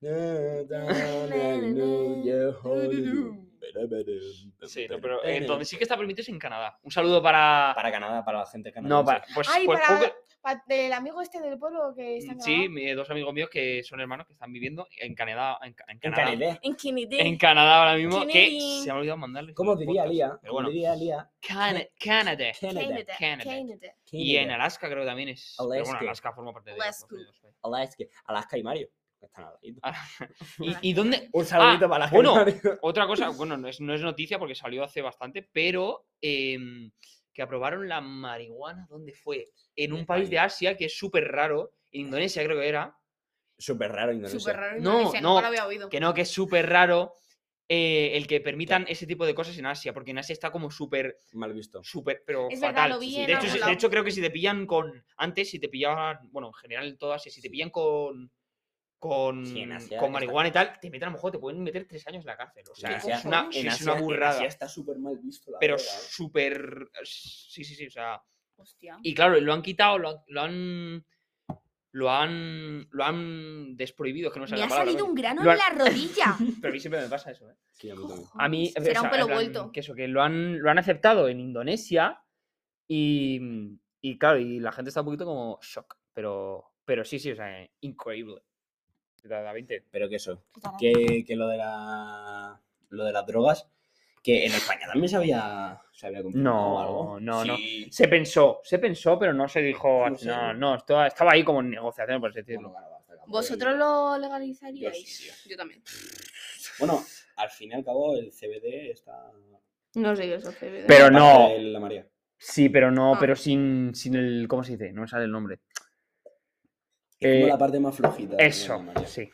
Da, da, da, no, yo, holy, pim, pim, pim,
Sí, no,
pim,
pero
pim.
eh, donde sí que está permitido es en Canadá. Un saludo para.
Para Canadá, para la gente canadiense.
No, para. Pues,
Ay,
pues
para-
poco-
Pa- del amigo este del pueblo que está
Mm, Sí, mi- dos amigos míos que son hermanos que están viviendo en Canadá. En, Ca- en
En
Canadá.
Canadá.
En Kennedy.
En Canadá ahora mismo. Que
Kennedy.
se me ha olvidado mandarles.
¿Cómo
los
diría
podcasts,
Lía?
Pero
¿Cómo
bueno,
diría Lía?
Cana- Canadá.
Canadá.
Canadá. Y en Alaska creo que también es. Pero bueno,
Alaska.
Alaska forma parte de. los Estados
Alaska.
Unidos, eh.
Alaska. Alaska y Mario. Están al ladito.
¿Y, y dónde?
Un saludito para Alaska y
bueno,
Mario.
Otra cosa, bueno, no es, no es noticia porque salió hace bastante, pero em, que aprobaron la marihuana, ¿dónde fue? En un país de
España.
Asia que es súper raro, en Indonesia creo que era,
Súper raro Indonesia.
Súper raro.
No,
Indonesia,
no,
nunca lo había oído.
que no, que es súper raro eh, el que permitan ese tipo de cosas en Asia, porque en Asia está como súper,
Mal visto.
súper, pero
Es verdad,
fatal.
lo vi
Sí, sí.
en
de, hecho,
algún
si- de
lado.
hecho, creo que si te pillan con, antes si te pillaban, bueno, en general en todo Asia, si te pillan con, con,
Sí, en Asia
con
está-
marihuana y tal, te meten a lo mejor, te pueden meter tres años en la cárcel. O sea,
En Asia-
es una,
en
es una
Asia- en
burrada.
Asia
está súper mal visto la
pero
droga, ¿eh?
súper. Sí, sí, sí. O sea.
Hostia.
Y claro, lo han quitado, lo, han- lo han. Lo han. Lo han desprohibido, que no sé
Me
la
ha
palabra,
salido un
coño.
grano
Lo
en la
han-
rodilla.
Pero a mí siempre me pasa eso, ¿eh?
Sí, a mí también.
A mí. eh,
Cojones, Será
o sea,
un pelo
en plan,
vuelto.
Que eso, que lo han, lo han aceptado en Indonesia. Y. mm, Y claro, y la gente está un poquito como shock. Pero. Pero sí, sí, o sea, increíble. Totalmente.
Pero que eso,
Total.
que, que lo de la lo de las drogas, que en España también se había, se había confirmado o algo.
No, no, no.
Sí.
Se pensó, se pensó, pero no se dijo.
No
No,
sé.
no, esto- estaba ahí como en negociación, por así decirlo.
Bueno, claro, hasta acá.
¿Vosotros lo
Yo
legalizaríais?
sí, tío.
Yo también.
Bueno, al fin y al cabo el CBD está...
No sé yo eso, CBD.
Pero
está
no.
en La María.
Sí, pero no,
Ah.
pero sin, sin el. ¿Cómo se dice? No me sale el nombre.
Es como
Eh,
la parte más flojita. de
Eso,
La María.
sí.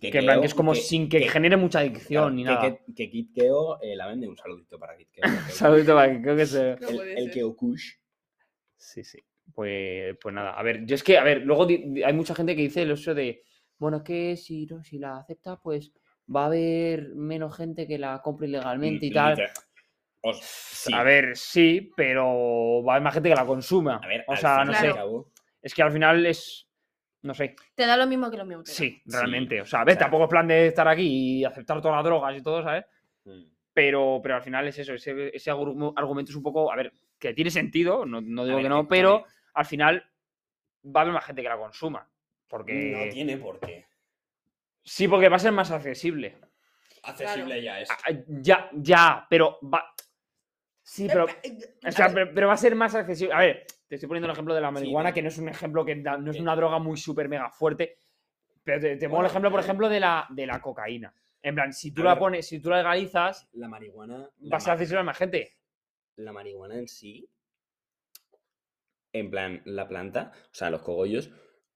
Que,
Que en plan que
creo
es como
que-
sin que, genere mucha adicción
claro,
ni
que-
nada.
Que, que Kid Keo eh, la vende un saludito para Kid Keo. porque
Saludito para que creo que se.
No
el,
puede
el
ser.
Keo Kush.
Sí, sí. Pues, pues nada. A ver, yo es que, a ver, luego di- di- hay mucha gente que dice el uso de. Bueno, es que si, no, si la aceptas, pues va a haber menos gente que la compre ilegalmente y
Mm,
tal.
dice, os- sí.
A ver, sí, pero va a haber más gente que la consuma.
A ver,
o
al
sea,
fin
no
y al
sé.
cabo,
Es que al final es. No sé.
Te da lo mismo que los míos.
Sí,
Sí,
realmente. O sea, ves,
sea-
tampoco es plan de estar aquí y aceptar todas las drogas y todo, ¿sabes?
mm,
Pero, pero al final es eso, ese, ese argu- argumento es un poco, a ver, que tiene sentido, no, no
a
digo
ver,
que no,
escúchame,
pero al final va a haber más gente que la consuma. Porque...
No tiene por qué.
Sí, porque va a ser más accesible.
Accesible ya es.
Ah, ah, Ya, ya, pero va... Sí, pero...
eh,
O sea, pero, pero va a ser más accesible. A ver, te estoy poniendo el ejemplo de la marihuana,
pero-
que no es un ejemplo que da- no es
Sí.
una droga muy súper mega fuerte. Pero te, te pongo
Bueno,
el ejemplo, por
pero-
ejemplo, de la, de la cocaína. En plan, si tú
A
la
ver.
pones, si tú la legalizas,
La marihuana. la
vas a
ma-
accesible a más gente.
La marihuana en sí. En plan, la planta, o sea, los cogollos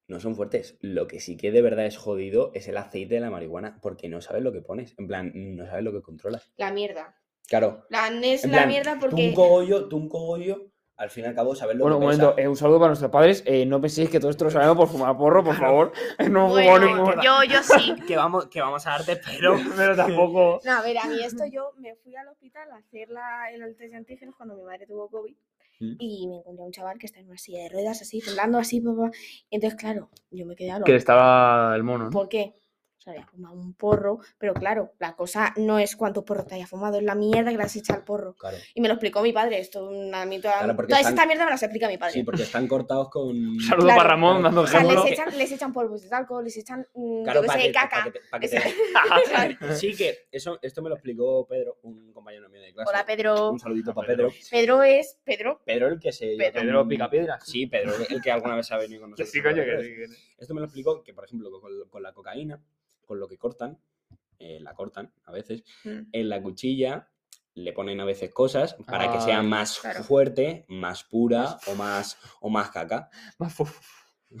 no son fuertes. Lo que sí que de verdad es jodido es el aceite de la marihuana, porque no sabes lo que pones. En plan, no sabes lo que controlas.
La mierda.
Claro.
La es
En
la
plan,
mierda
Tú
porque.
un cogollo, tú un cogollo, al fin y al cabo sabes lo
Bueno,
que
un momento,
pesa.
eh, un saludo para nuestros padres. Eh, no penséis que todo esto lo sabemos por fumar porro, por favor. No fumo
Bueno,
ninguno.
yo, yo sí.
eh, Que vamos, que vamos a darte, pero.
Pero tampoco.
No, a ver, a mí esto yo me fui al hospital a hacer la, el test de antígenos cuando mi madre tuvo COVID
Mm.
y me encontré a un chaval que está en una silla de ruedas así, temblando así, papá. Y entonces, claro, yo me quedé a lo
estaba el mono,
¿Por qué? O sea, había fumado un porro, pero claro, la cosa no es cuánto porro te haya fumado, es la mierda que le has echado al porro.
Claro.
Y me lo explicó mi padre, esto, una, a mí toda,
Claro, porque
toda
están-
esta mierda me las explica mi padre.
Sí, porque están cortados con.
Saludo
Claro.
para Ramón, dando
o sea,
ejemplo.
les echan, les echan polvos de talco, les echan, mm,
Claro,
yo qué
pa'
sé,
que- pa'
caca.
que te- pa' que te- Sí, que eso, esto me lo explicó Pedro, un compañero mío de clase.
Hola, Pedro.
Un saludito para
Pedro.
Pedro.
Pedro es, Pedro,
Pedro el que se. lleva
Pedro.
Pedro
con-
Picapiedra.
Sí, Pedro, el que alguna vez ha venido con
Que
nosotros.
sí, coño,
Pedro.
que sí, que sí.
Esto me lo explicó que, por ejemplo, con, con la cocaína, con lo que cortan, eh, la cortan a veces,
Mm.
en la cuchilla le ponen a veces cosas para que sea
Ah,
más
claro.
fuerte, más pura o más, o más caca.
Más fofo.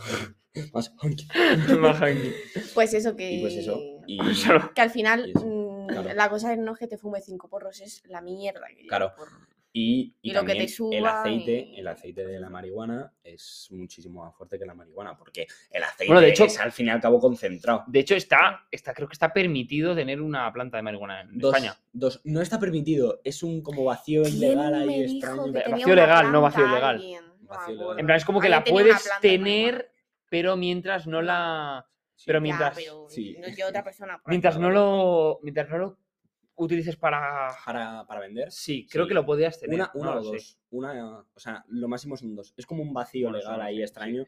Más-
Más hanky.
pues eso que...
y pues eso. Y,
Saludo.
Que al final
Y eso,
mm,
claro.
la cosa no es que te fume cinco porros, es la mierda. que lleva
Claro.
el porro.
Y, y
Y lo que te
también el
suba
aceite,
y-
el aceite de la marihuana es muchísimo más fuerte que la marihuana, porque el aceite
Bueno, de hecho-
es al fin y al cabo concentrado.
De hecho, está, está, creo que está permitido tener una planta de marihuana en
Dos,
España.
dos. No está permitido, es un como vacío
¿Quién
ilegal
me
ahí
dijo
extraño.
que tenía
Vacío
una
legal, no
planta
vacío legal.
alguien? Ah, No me
Vacío legal.
acuerdo.
En plan, es como que
Alguien
la
tenía una
puedes
planta de marihuana.
tener, pero mientras no la.
Sí,
Pero
Ya,
mientras.
pero
sí.
no- yo otra persona. por
Mientras no
claro.
lo. Mientras no lo utilices para.
Para, para vender.
Sí, creo
Sí.
que lo podías tener.
Una,
no
una o
lo sé.
dos. Una, o sea, lo máximo son dos. Es como un vacío
Bueno, eso
legal
no
ahí
sé, sí.
extraño.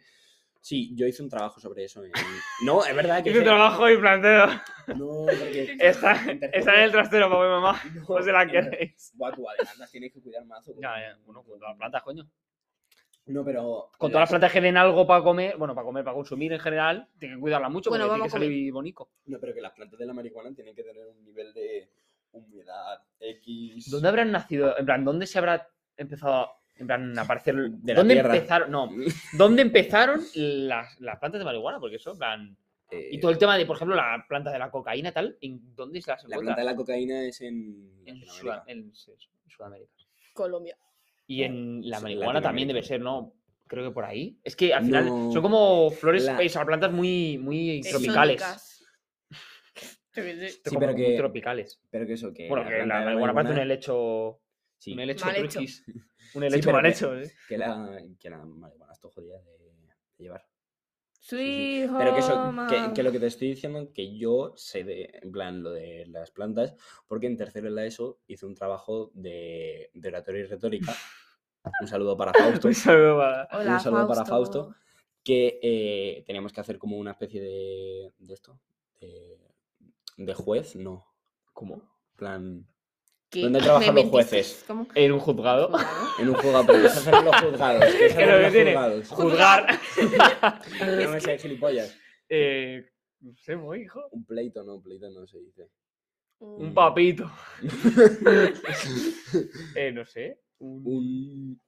Sí, yo hice un trabajo sobre eso. en- No, es verdad que.
Hice trabajo y planteo.
No, porque.
Está, está en el trastero, papá y mamá.
No,
Os la
no.
queréis.
Buah, tú, adelantas, tienes que cuidar mazo.
Ya, ya. Bueno, con todas las plantas, coño.
No, pero.
Con todas las plantas que den algo para comer, bueno, para comer, para consumir en general, tienen que cuidarla mucho
Bueno,
porque tiene
vamos
que
a comer.
salir bonito.
No, pero que las plantas de la marihuana tienen que tener un nivel de humedad X.
¿Dónde habrán nacido? En plan, ¿dónde se habrá empezado a- en plan, a aparecer?
De la
¿Dónde
tierra.
empezaron? No, ¿dónde empezaron las, las plantas de marihuana? Porque eso, en plan.
Eh,
Y todo el tema de, por ejemplo, la planta de la cocaína, tal, ¿en dónde se las
La planta
encuentra?
de la cocaína es en.
En,
Latinoamérica.
Sudam- en- sí, en Sudamérica.
Colombia.
Y en la
Sí,
marihuana también
Latinoamérica.
debe ser, ¿no? creo que por ahí. Es que al final
No.
son como flores,
La-
eh, o sea, plantas muy, muy
Exóticas.
tropicales.
Yo qué sé.
Sí,
como
pero
muy
que-
tropicales.
Pero que eso, que.
Bueno,
eh, la
que
planta
la
de
marihuana parece un
marihuana-
helecho.
Sí,
Un helecho
Mal hecho.
truquis. Un helecho
pero
mal
que-
hecho. ¿eh?
que la, que la marihuana está jodida de, de llevar. sí.
Sweet
Pero que eso,
home
que, que
of-
lo que te estoy diciendo, que yo sé de, en plan, lo de las plantas, porque en tercero en la ESO hice un trabajo de, de oratoria y retórica. Un saludo para Fausto.
Un saludo para-
Hola,
un saludo para Fausto. que eh, teníamos que hacer como una especie de, de esto, de, de juez, no, como plan
¿Qué?
¿Dónde trabajan
¿Me
los
mentiste?
jueces?
¿Cómo?
En un juzgado.
Juzgado.
en un juego, pero eso hacen los juzgados, que eso
Que
hacen
lo
los
tiene.
juzgados.
Juzgar.
No me sé, gilipollas.
Eh, no sé, mo, hijo.
Un pleito, no, pleito no se dice.
Un
Mm.
papito. Eh, no sé. un-
un,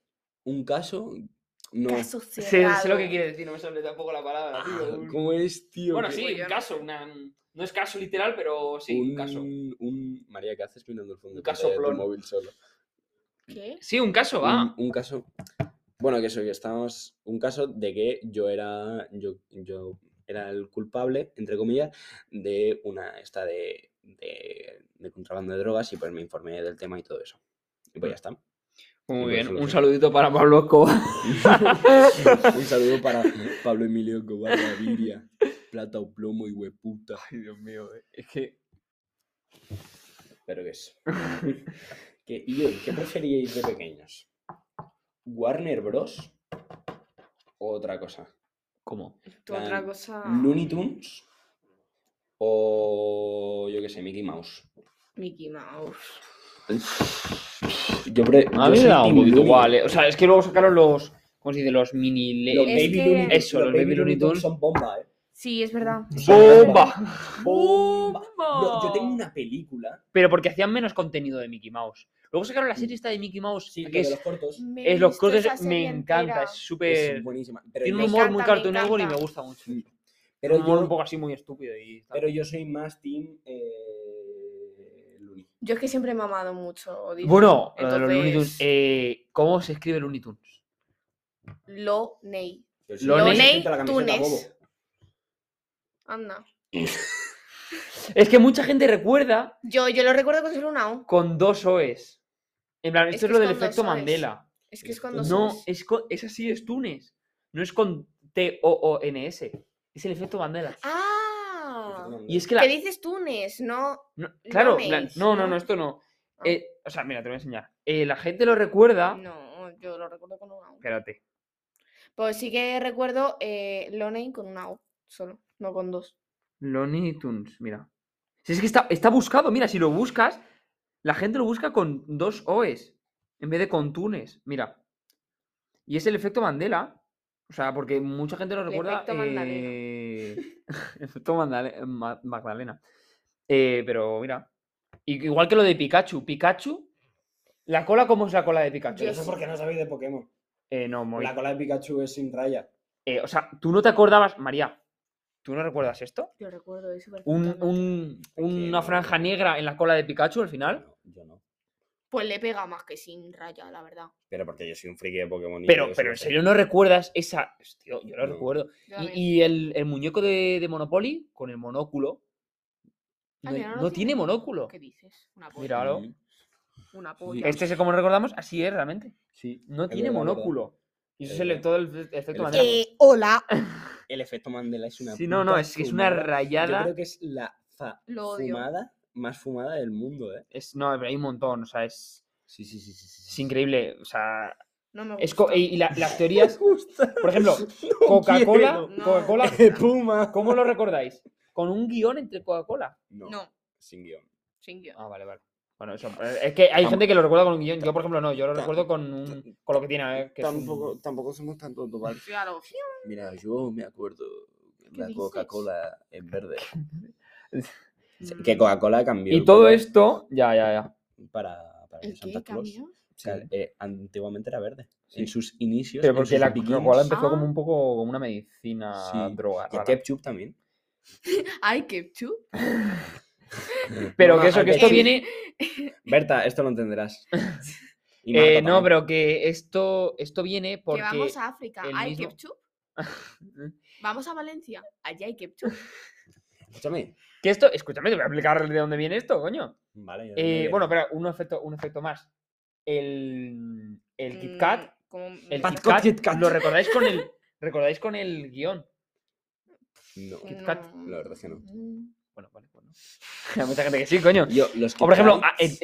un caso, no.
Caso
Sé, sé lo
cerrado.
que quiere decir, no me sale tampoco la palabra,
Ah,
tío. un-
¿Cómo es, tío?
Bueno,
Que-
sí, un caso, una... no es caso literal, pero sí, un caso.
Un, un- María, ¿qué haces mirando el fondo
Un
de pantalla de tu
casoplón.
móvil solo?
¿Qué?
Sí, un caso,
un,
va.
un caso. Bueno, que eso, que estábamos. Un caso de que yo era. Yo, yo era el culpable, entre comillas, de una esta de, de, de contrabando de drogas y pues me informé del tema y todo eso. Y
Mm.
pues ya está.
Muy
Pues
bien,
lo
un
sé.
saludito para Pablo Escobar.
un saludo para Pablo Emilio Cobar, Viria, Plata o Plomo y hueputa.
Ay, Dios mío, eh, es que
Pero que eso. que, y hoy, ¿Qué preferíais de pequeños? ¿Warner Bros? ¿O otra cosa?
¿cómo?
Tú otra
plan,
cosa.
Looney Tunes o yo qué sé, Mickey Mouse.
Mickey Mouse.
Yo, pre-
A
yo
mí me
soy
da un
team
poquito
Looney.
igual, eh. o sea, es que luego sacaron los ¿cómo se dice? Los mini
Los
le-
Es
Baby
que-
Looney Tunes-
Eso, los Baby Looney Tunes.
son bomba, eh.
Sí, es verdad.
¡Bomba!
Bomba. No, yo tengo
Oh.
una película
Pero porque hacían menos contenido de Mickey Mouse. Luego sacaron la serie esta de Mickey Mouse,
sí, la
que
de
es,
los cortos.
Me he
Mm. es los
visto esa
cortes, me
serie
encanta,
entera.
es
Es
súper...
buenísima. Pero,
Tiene
yo,
un
me
humor muy
encanta, me
Cartoon Network y me
encanta.
gusta mucho.
Sí,
Pero
pero
un humor
yo-
un poco así muy estúpido y... tal.
pero yo soy más team eh, Looney.
Yo es que siempre he mamado mucho. Disney.
Bueno, lo de los Looney Tunes.
Entonces,
eh, ¿Cómo se escribe Looney Tunes?
Lo Ney.
Yo soy-
Looney
yo soy de la
Tunes.
camiseta, bobo.
Anda.
Es que mucha gente recuerda
Yo, yo lo recuerdo con solo una O.
con dos OEs. En plan,
Es
esto es,
que
lo
es
del
con dos
efecto
O's.
Mandela.
Es que es cuando
no,
sos-
es, con- es así, es Tunes. No es con T-O-O-N-S. Es el efecto Mandela.
Ah.
Y es que la.
Que dices Túnez, ¿no?
no- claro,
no
la-
mails,
no, no,
¿no?
no, esto no.
Ah.
Eh, o sea, mira, te voy a enseñar. Eh, la gente lo recuerda.
No, yo lo recuerdo con una O.
Espérate.
Pues sí que recuerdo eh, Loney con una O solo, no con dos.
Looney Tunes, mira. Si es que está, está buscado, mira, si lo buscas, la gente lo busca con dos O's en vez de con Tunes, mira. Y es el efecto Mandela. O sea, porque mucha gente lo recuerda.
efecto Magdalena.
eh, efecto Mandale- Ma- Magdalena. Eh, pero mira. i- Igual que lo de Pikachu. Pikachu. ¿La cola cómo es la cola de Pikachu?
Yo
Pero eso es porque no sabéis de Pokémon.
Eh, no, muy.
La cola de Pikachu es sin raya.
Eh, o sea, tú no te acordabas. María, ¿tú no recuerdas esto?
Yo recuerdo eso.
un,
perfectamente.
un- una
no.
franja negra en la cola de Pikachu al final.
No, yo no.
Pues le pega más que sin raya, la verdad.
Pero porque yo soy un friki de Pokémon. y
Pero,
yo eso
pero
lo
en
sé.
serio no recuerdas esa. Tío, yo lo
No.
recuerdo.
Yo
Y-
también.
Y, el, el muñeco de, de Monopoly con el monóculo. No,
Ah, que
hay-
lo
no tiene monóculo.
¿Qué dices? Una polla.
Mira. Claro.
Mm,
Una
Sí.
polla.
Este es como recordamos, así es realmente.
Sí.
No
es
tiene
verdad, es verdad.
monóculo. Y eso
Es
es el,
verdad.
todo el efecto
El
Mandela.
efecto-
Eh, hola.
El efecto Mandela es una.
Sí, no, no,
puta
es que es una
fumada. Yo
rayada.
creo que es la fa-
Lo odio.
fumada más fumada del mundo, ¿eh?
Es, no, pero hay un montón. O sea, es,
Sí, sí, sí. sí, sí,
es increíble. O sea,
No me gusta.
es co- y la- las teorías. Por ejemplo,
No
Coca-Cola. eh,
quiero.
Coca-Cola.
quiero. Puma.
¿Cómo lo recordáis? Con un guión entre Coca-Cola.
No,
No,
sin guión.
sin guión.
Ah, vale, vale. Bueno, eso, eh, es que hay
Tam-
gente que lo recuerda con un guión. Yo, por ejemplo, no. Yo lo
ta-
recuerdo con, un- con lo que tiene. eh, que es un-
tampoco, tampoco somos tan tontos, ¿vale?
Claro.
Mira, yo me acuerdo. La
dices?
Coca-Cola en verde.
Mm.
Que Coca-Cola cambió.
Y
el
todo
color
esto. Ya, ya, ya.
Para, para
¿El
Santa
qué
Claus.
cambio?
Sí, eh, antiguamente era verde. En sus inicios.
Pero
en
porque
sus
la
beginnings.
Coca-Cola empezó como
Ah.
un poco como una medicina
Sí,
droga.
Y el
rara.
ketchup también.
Ay, qué chu.
Pero
No,
que
no,
eso,
al
que esto
ah, ketchup.
viene.
Berta, esto lo entenderás. Y Marta
Eh, no,
también.
pero que esto, esto viene porque.
Que vamos a África,
el
hay
mismo-
ketchup. Vamos a Valencia, allá hay ketchup.
Escúchame.
Que esto, escúchame, te voy a explicar de dónde viene esto, coño.
Vale. ya
Eh,
me-
bueno, pero un efecto, un efecto más. El, el Kit
Mm,
Kat,
como-
el
no
Kit
sé,
Kat,
Kit Kat.
lo recordáis con el, recordáis con el guión.
No.
Kit Kat,
no.
la verdad es que no.
Mm,
Bueno, vale, bueno. Hay mucha gente que sí, coño.
Yo, los
O por ejemplo,
Kit Kats-
a- eh,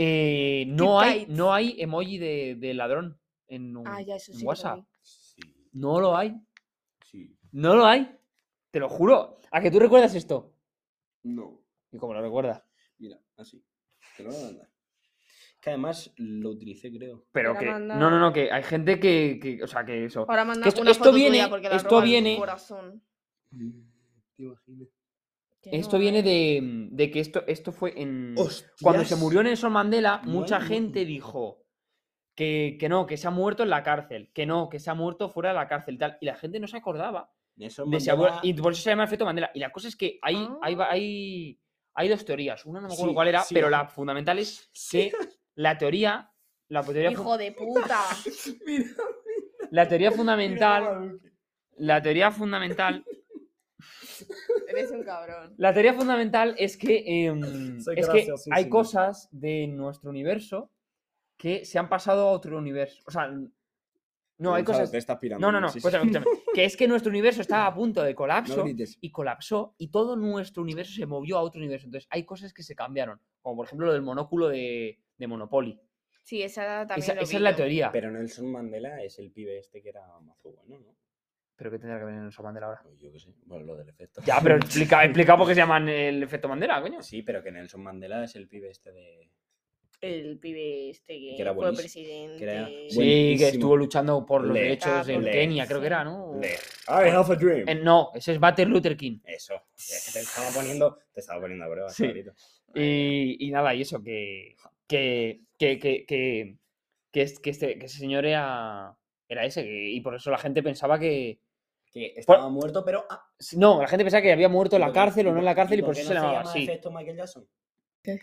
eh, no,
Kit
hay,
Kats.
no hay emoji de, de ladrón en un-
Ah, ya, eso
en
sí. que lo
Mm. WhatsApp.
vi.
Sí,
No lo hay.
sí.
No lo hay. Te lo juro. ¿A que tú recuerdas esto?
No.
¿Y cómo lo recuerdas?
Mira, así. Te lo voy a mandar. Que además lo utilicé, creo.
Pero
Ahora
que.
manda-
No, no, no, que hay gente que. que- o sea, que eso.
Ahora manda
Que esto-
una
esto
foto tuya
viene-
porque la
esto
roba el
viene-
corazón.
Te imaginas.
Que
Esto
no eh.
viene
hay.
de, de que esto, esto fue en.
¡Hostias!
Cuando se murió Nelson Mandela,
Madre
mucha
mía.
gente dijo que, que no, que se ha muerto en la cárcel, que no, que se ha muerto fuera de la cárcel y tal. Y la gente no se acordaba
Nelson
de si
Mandela- Ah.
había- Y por eso se llama efecto Mandela. Y la cosa es que hay, hay, va- hay, hay dos teorías. Una no me acuerdo
Sí,
cuál era,
sí.
pero la fundamental es
Sí.
que la teoría. La teoría, fu-
Hijo de puta.
Mira, mira
la teoría
cómo
fundamental.
lo que-
La teoría fundamental.
Eres un cabrón.
La teoría fundamental es que, em,
Soy
es que hay
graciosísimo.
cosas de nuestro universo que se han pasado a otro universo. O sea, n- no, hay
Gonzalo,
cosas.
Te estás pirando.
No, no, no.
sí, sí.
escúchame, escúchame. Que es que nuestro universo estaba a punto de
No
colapso
grites.
y colapsó y todo nuestro universo se movió a otro universo. Entonces, hay cosas que se cambiaron. Como por ejemplo lo del monóculo de, de Monopoly.
Sí, esa también.
Esa,
lo
esa
vi
es la
yo.
teoría. Pero,
Pero Nelson Mandela es el pibe este que era mazo bueno, ¿no?
que tendrá que ver en el Mandela ahora.
Pues yo qué sé. Bueno, lo del efecto.
Ya, pero explica, explica por qué se llaman el efecto Mandela, coño.
Sí, pero que Nelson Mandela es el pibe este de.
El pibe este que,
Que era
fue
buenísimo,
presidente.
era-
Sí, que
Buenísimo.
estuvo luchando por los
Le-
derechos en
le-
Kenia, creo que era, ¿no?
de I have a dream.
Eh, no, ese es Butter Luther King.
Eso. Es que te estaba poniendo. Te estaba poniendo a prueba,
Sí.
chavalito.
Y, y nada, y eso, que. Que. Que. Que. Que, que es- que este, que ese señor era. Era ese. que- y por eso la gente pensaba que.
Que estaba muerto, pero. ah,
si- No, la gente pensaba que había muerto
¿Y
en la
por qué-
cárcel o no en la cárcel y por
qué
eso
no
se llamaba
llama
así.
efecto Michael Jackson?
¿Qué?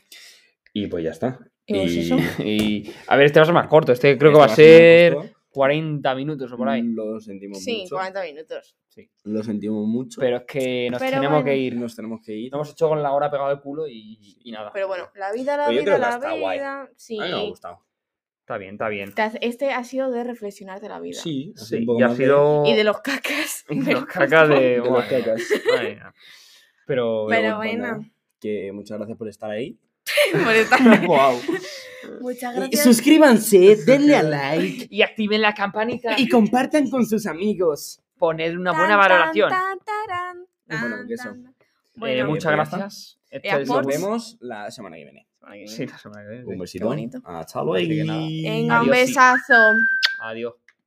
Y pues ya está.
¿Y vos eso?
y- A ver, este va a ser más corto. Este creo que va a
Este
ser
más corto. Mm,
40 minutos o por ahí.
Lo sentimos
Sí,
mucho.
40 minutos.
Lo sentimos mucho.
Pero es que nos
Pero
tenemos que
bueno.
ir. Nos
nos tenemos que ir.
hemos hecho con la hora pegado al culo y, y nada.
Pero bueno, la vida, la
Pero yo creo
vida,
que
la
está guay.
vida. Sí.
A mí me ha gustado.
Está bien, está bien.
Te hace- Este ha sido de reflexionar de la vida.
Sí, ha sido
Sí,
un poco
y ha
más de-
sido.
Y de los cacas.
y de
del
los cacas
cordón.
de.
de los
madre mía,
cacas.
madre mía. Pero.
Pero
pues nada,
bueno.
Que muchas gracias por estar ahí.
por estar-
¡Wow!
Muchas
Y
Ah, gracias.
Suscríbanse, denle a like
Y activen la campanita
y compartan con sus amigos.
poner una
Tan,
buena
tan,
valoración.
tan, tarán,
Bueno,
tan,
que eso.
tan.
Eh,
Bueno, eh,
muchas
pues ya está.
gracias. Este
Ya,
es
Nos
Por-
vemos la semana que viene.
Sí, la semana que viene, sí.
Un besito.
bonito.
Hasta luego.
Así que nada.
Venga, un
Adiós, sí.
besazo.
Adiós.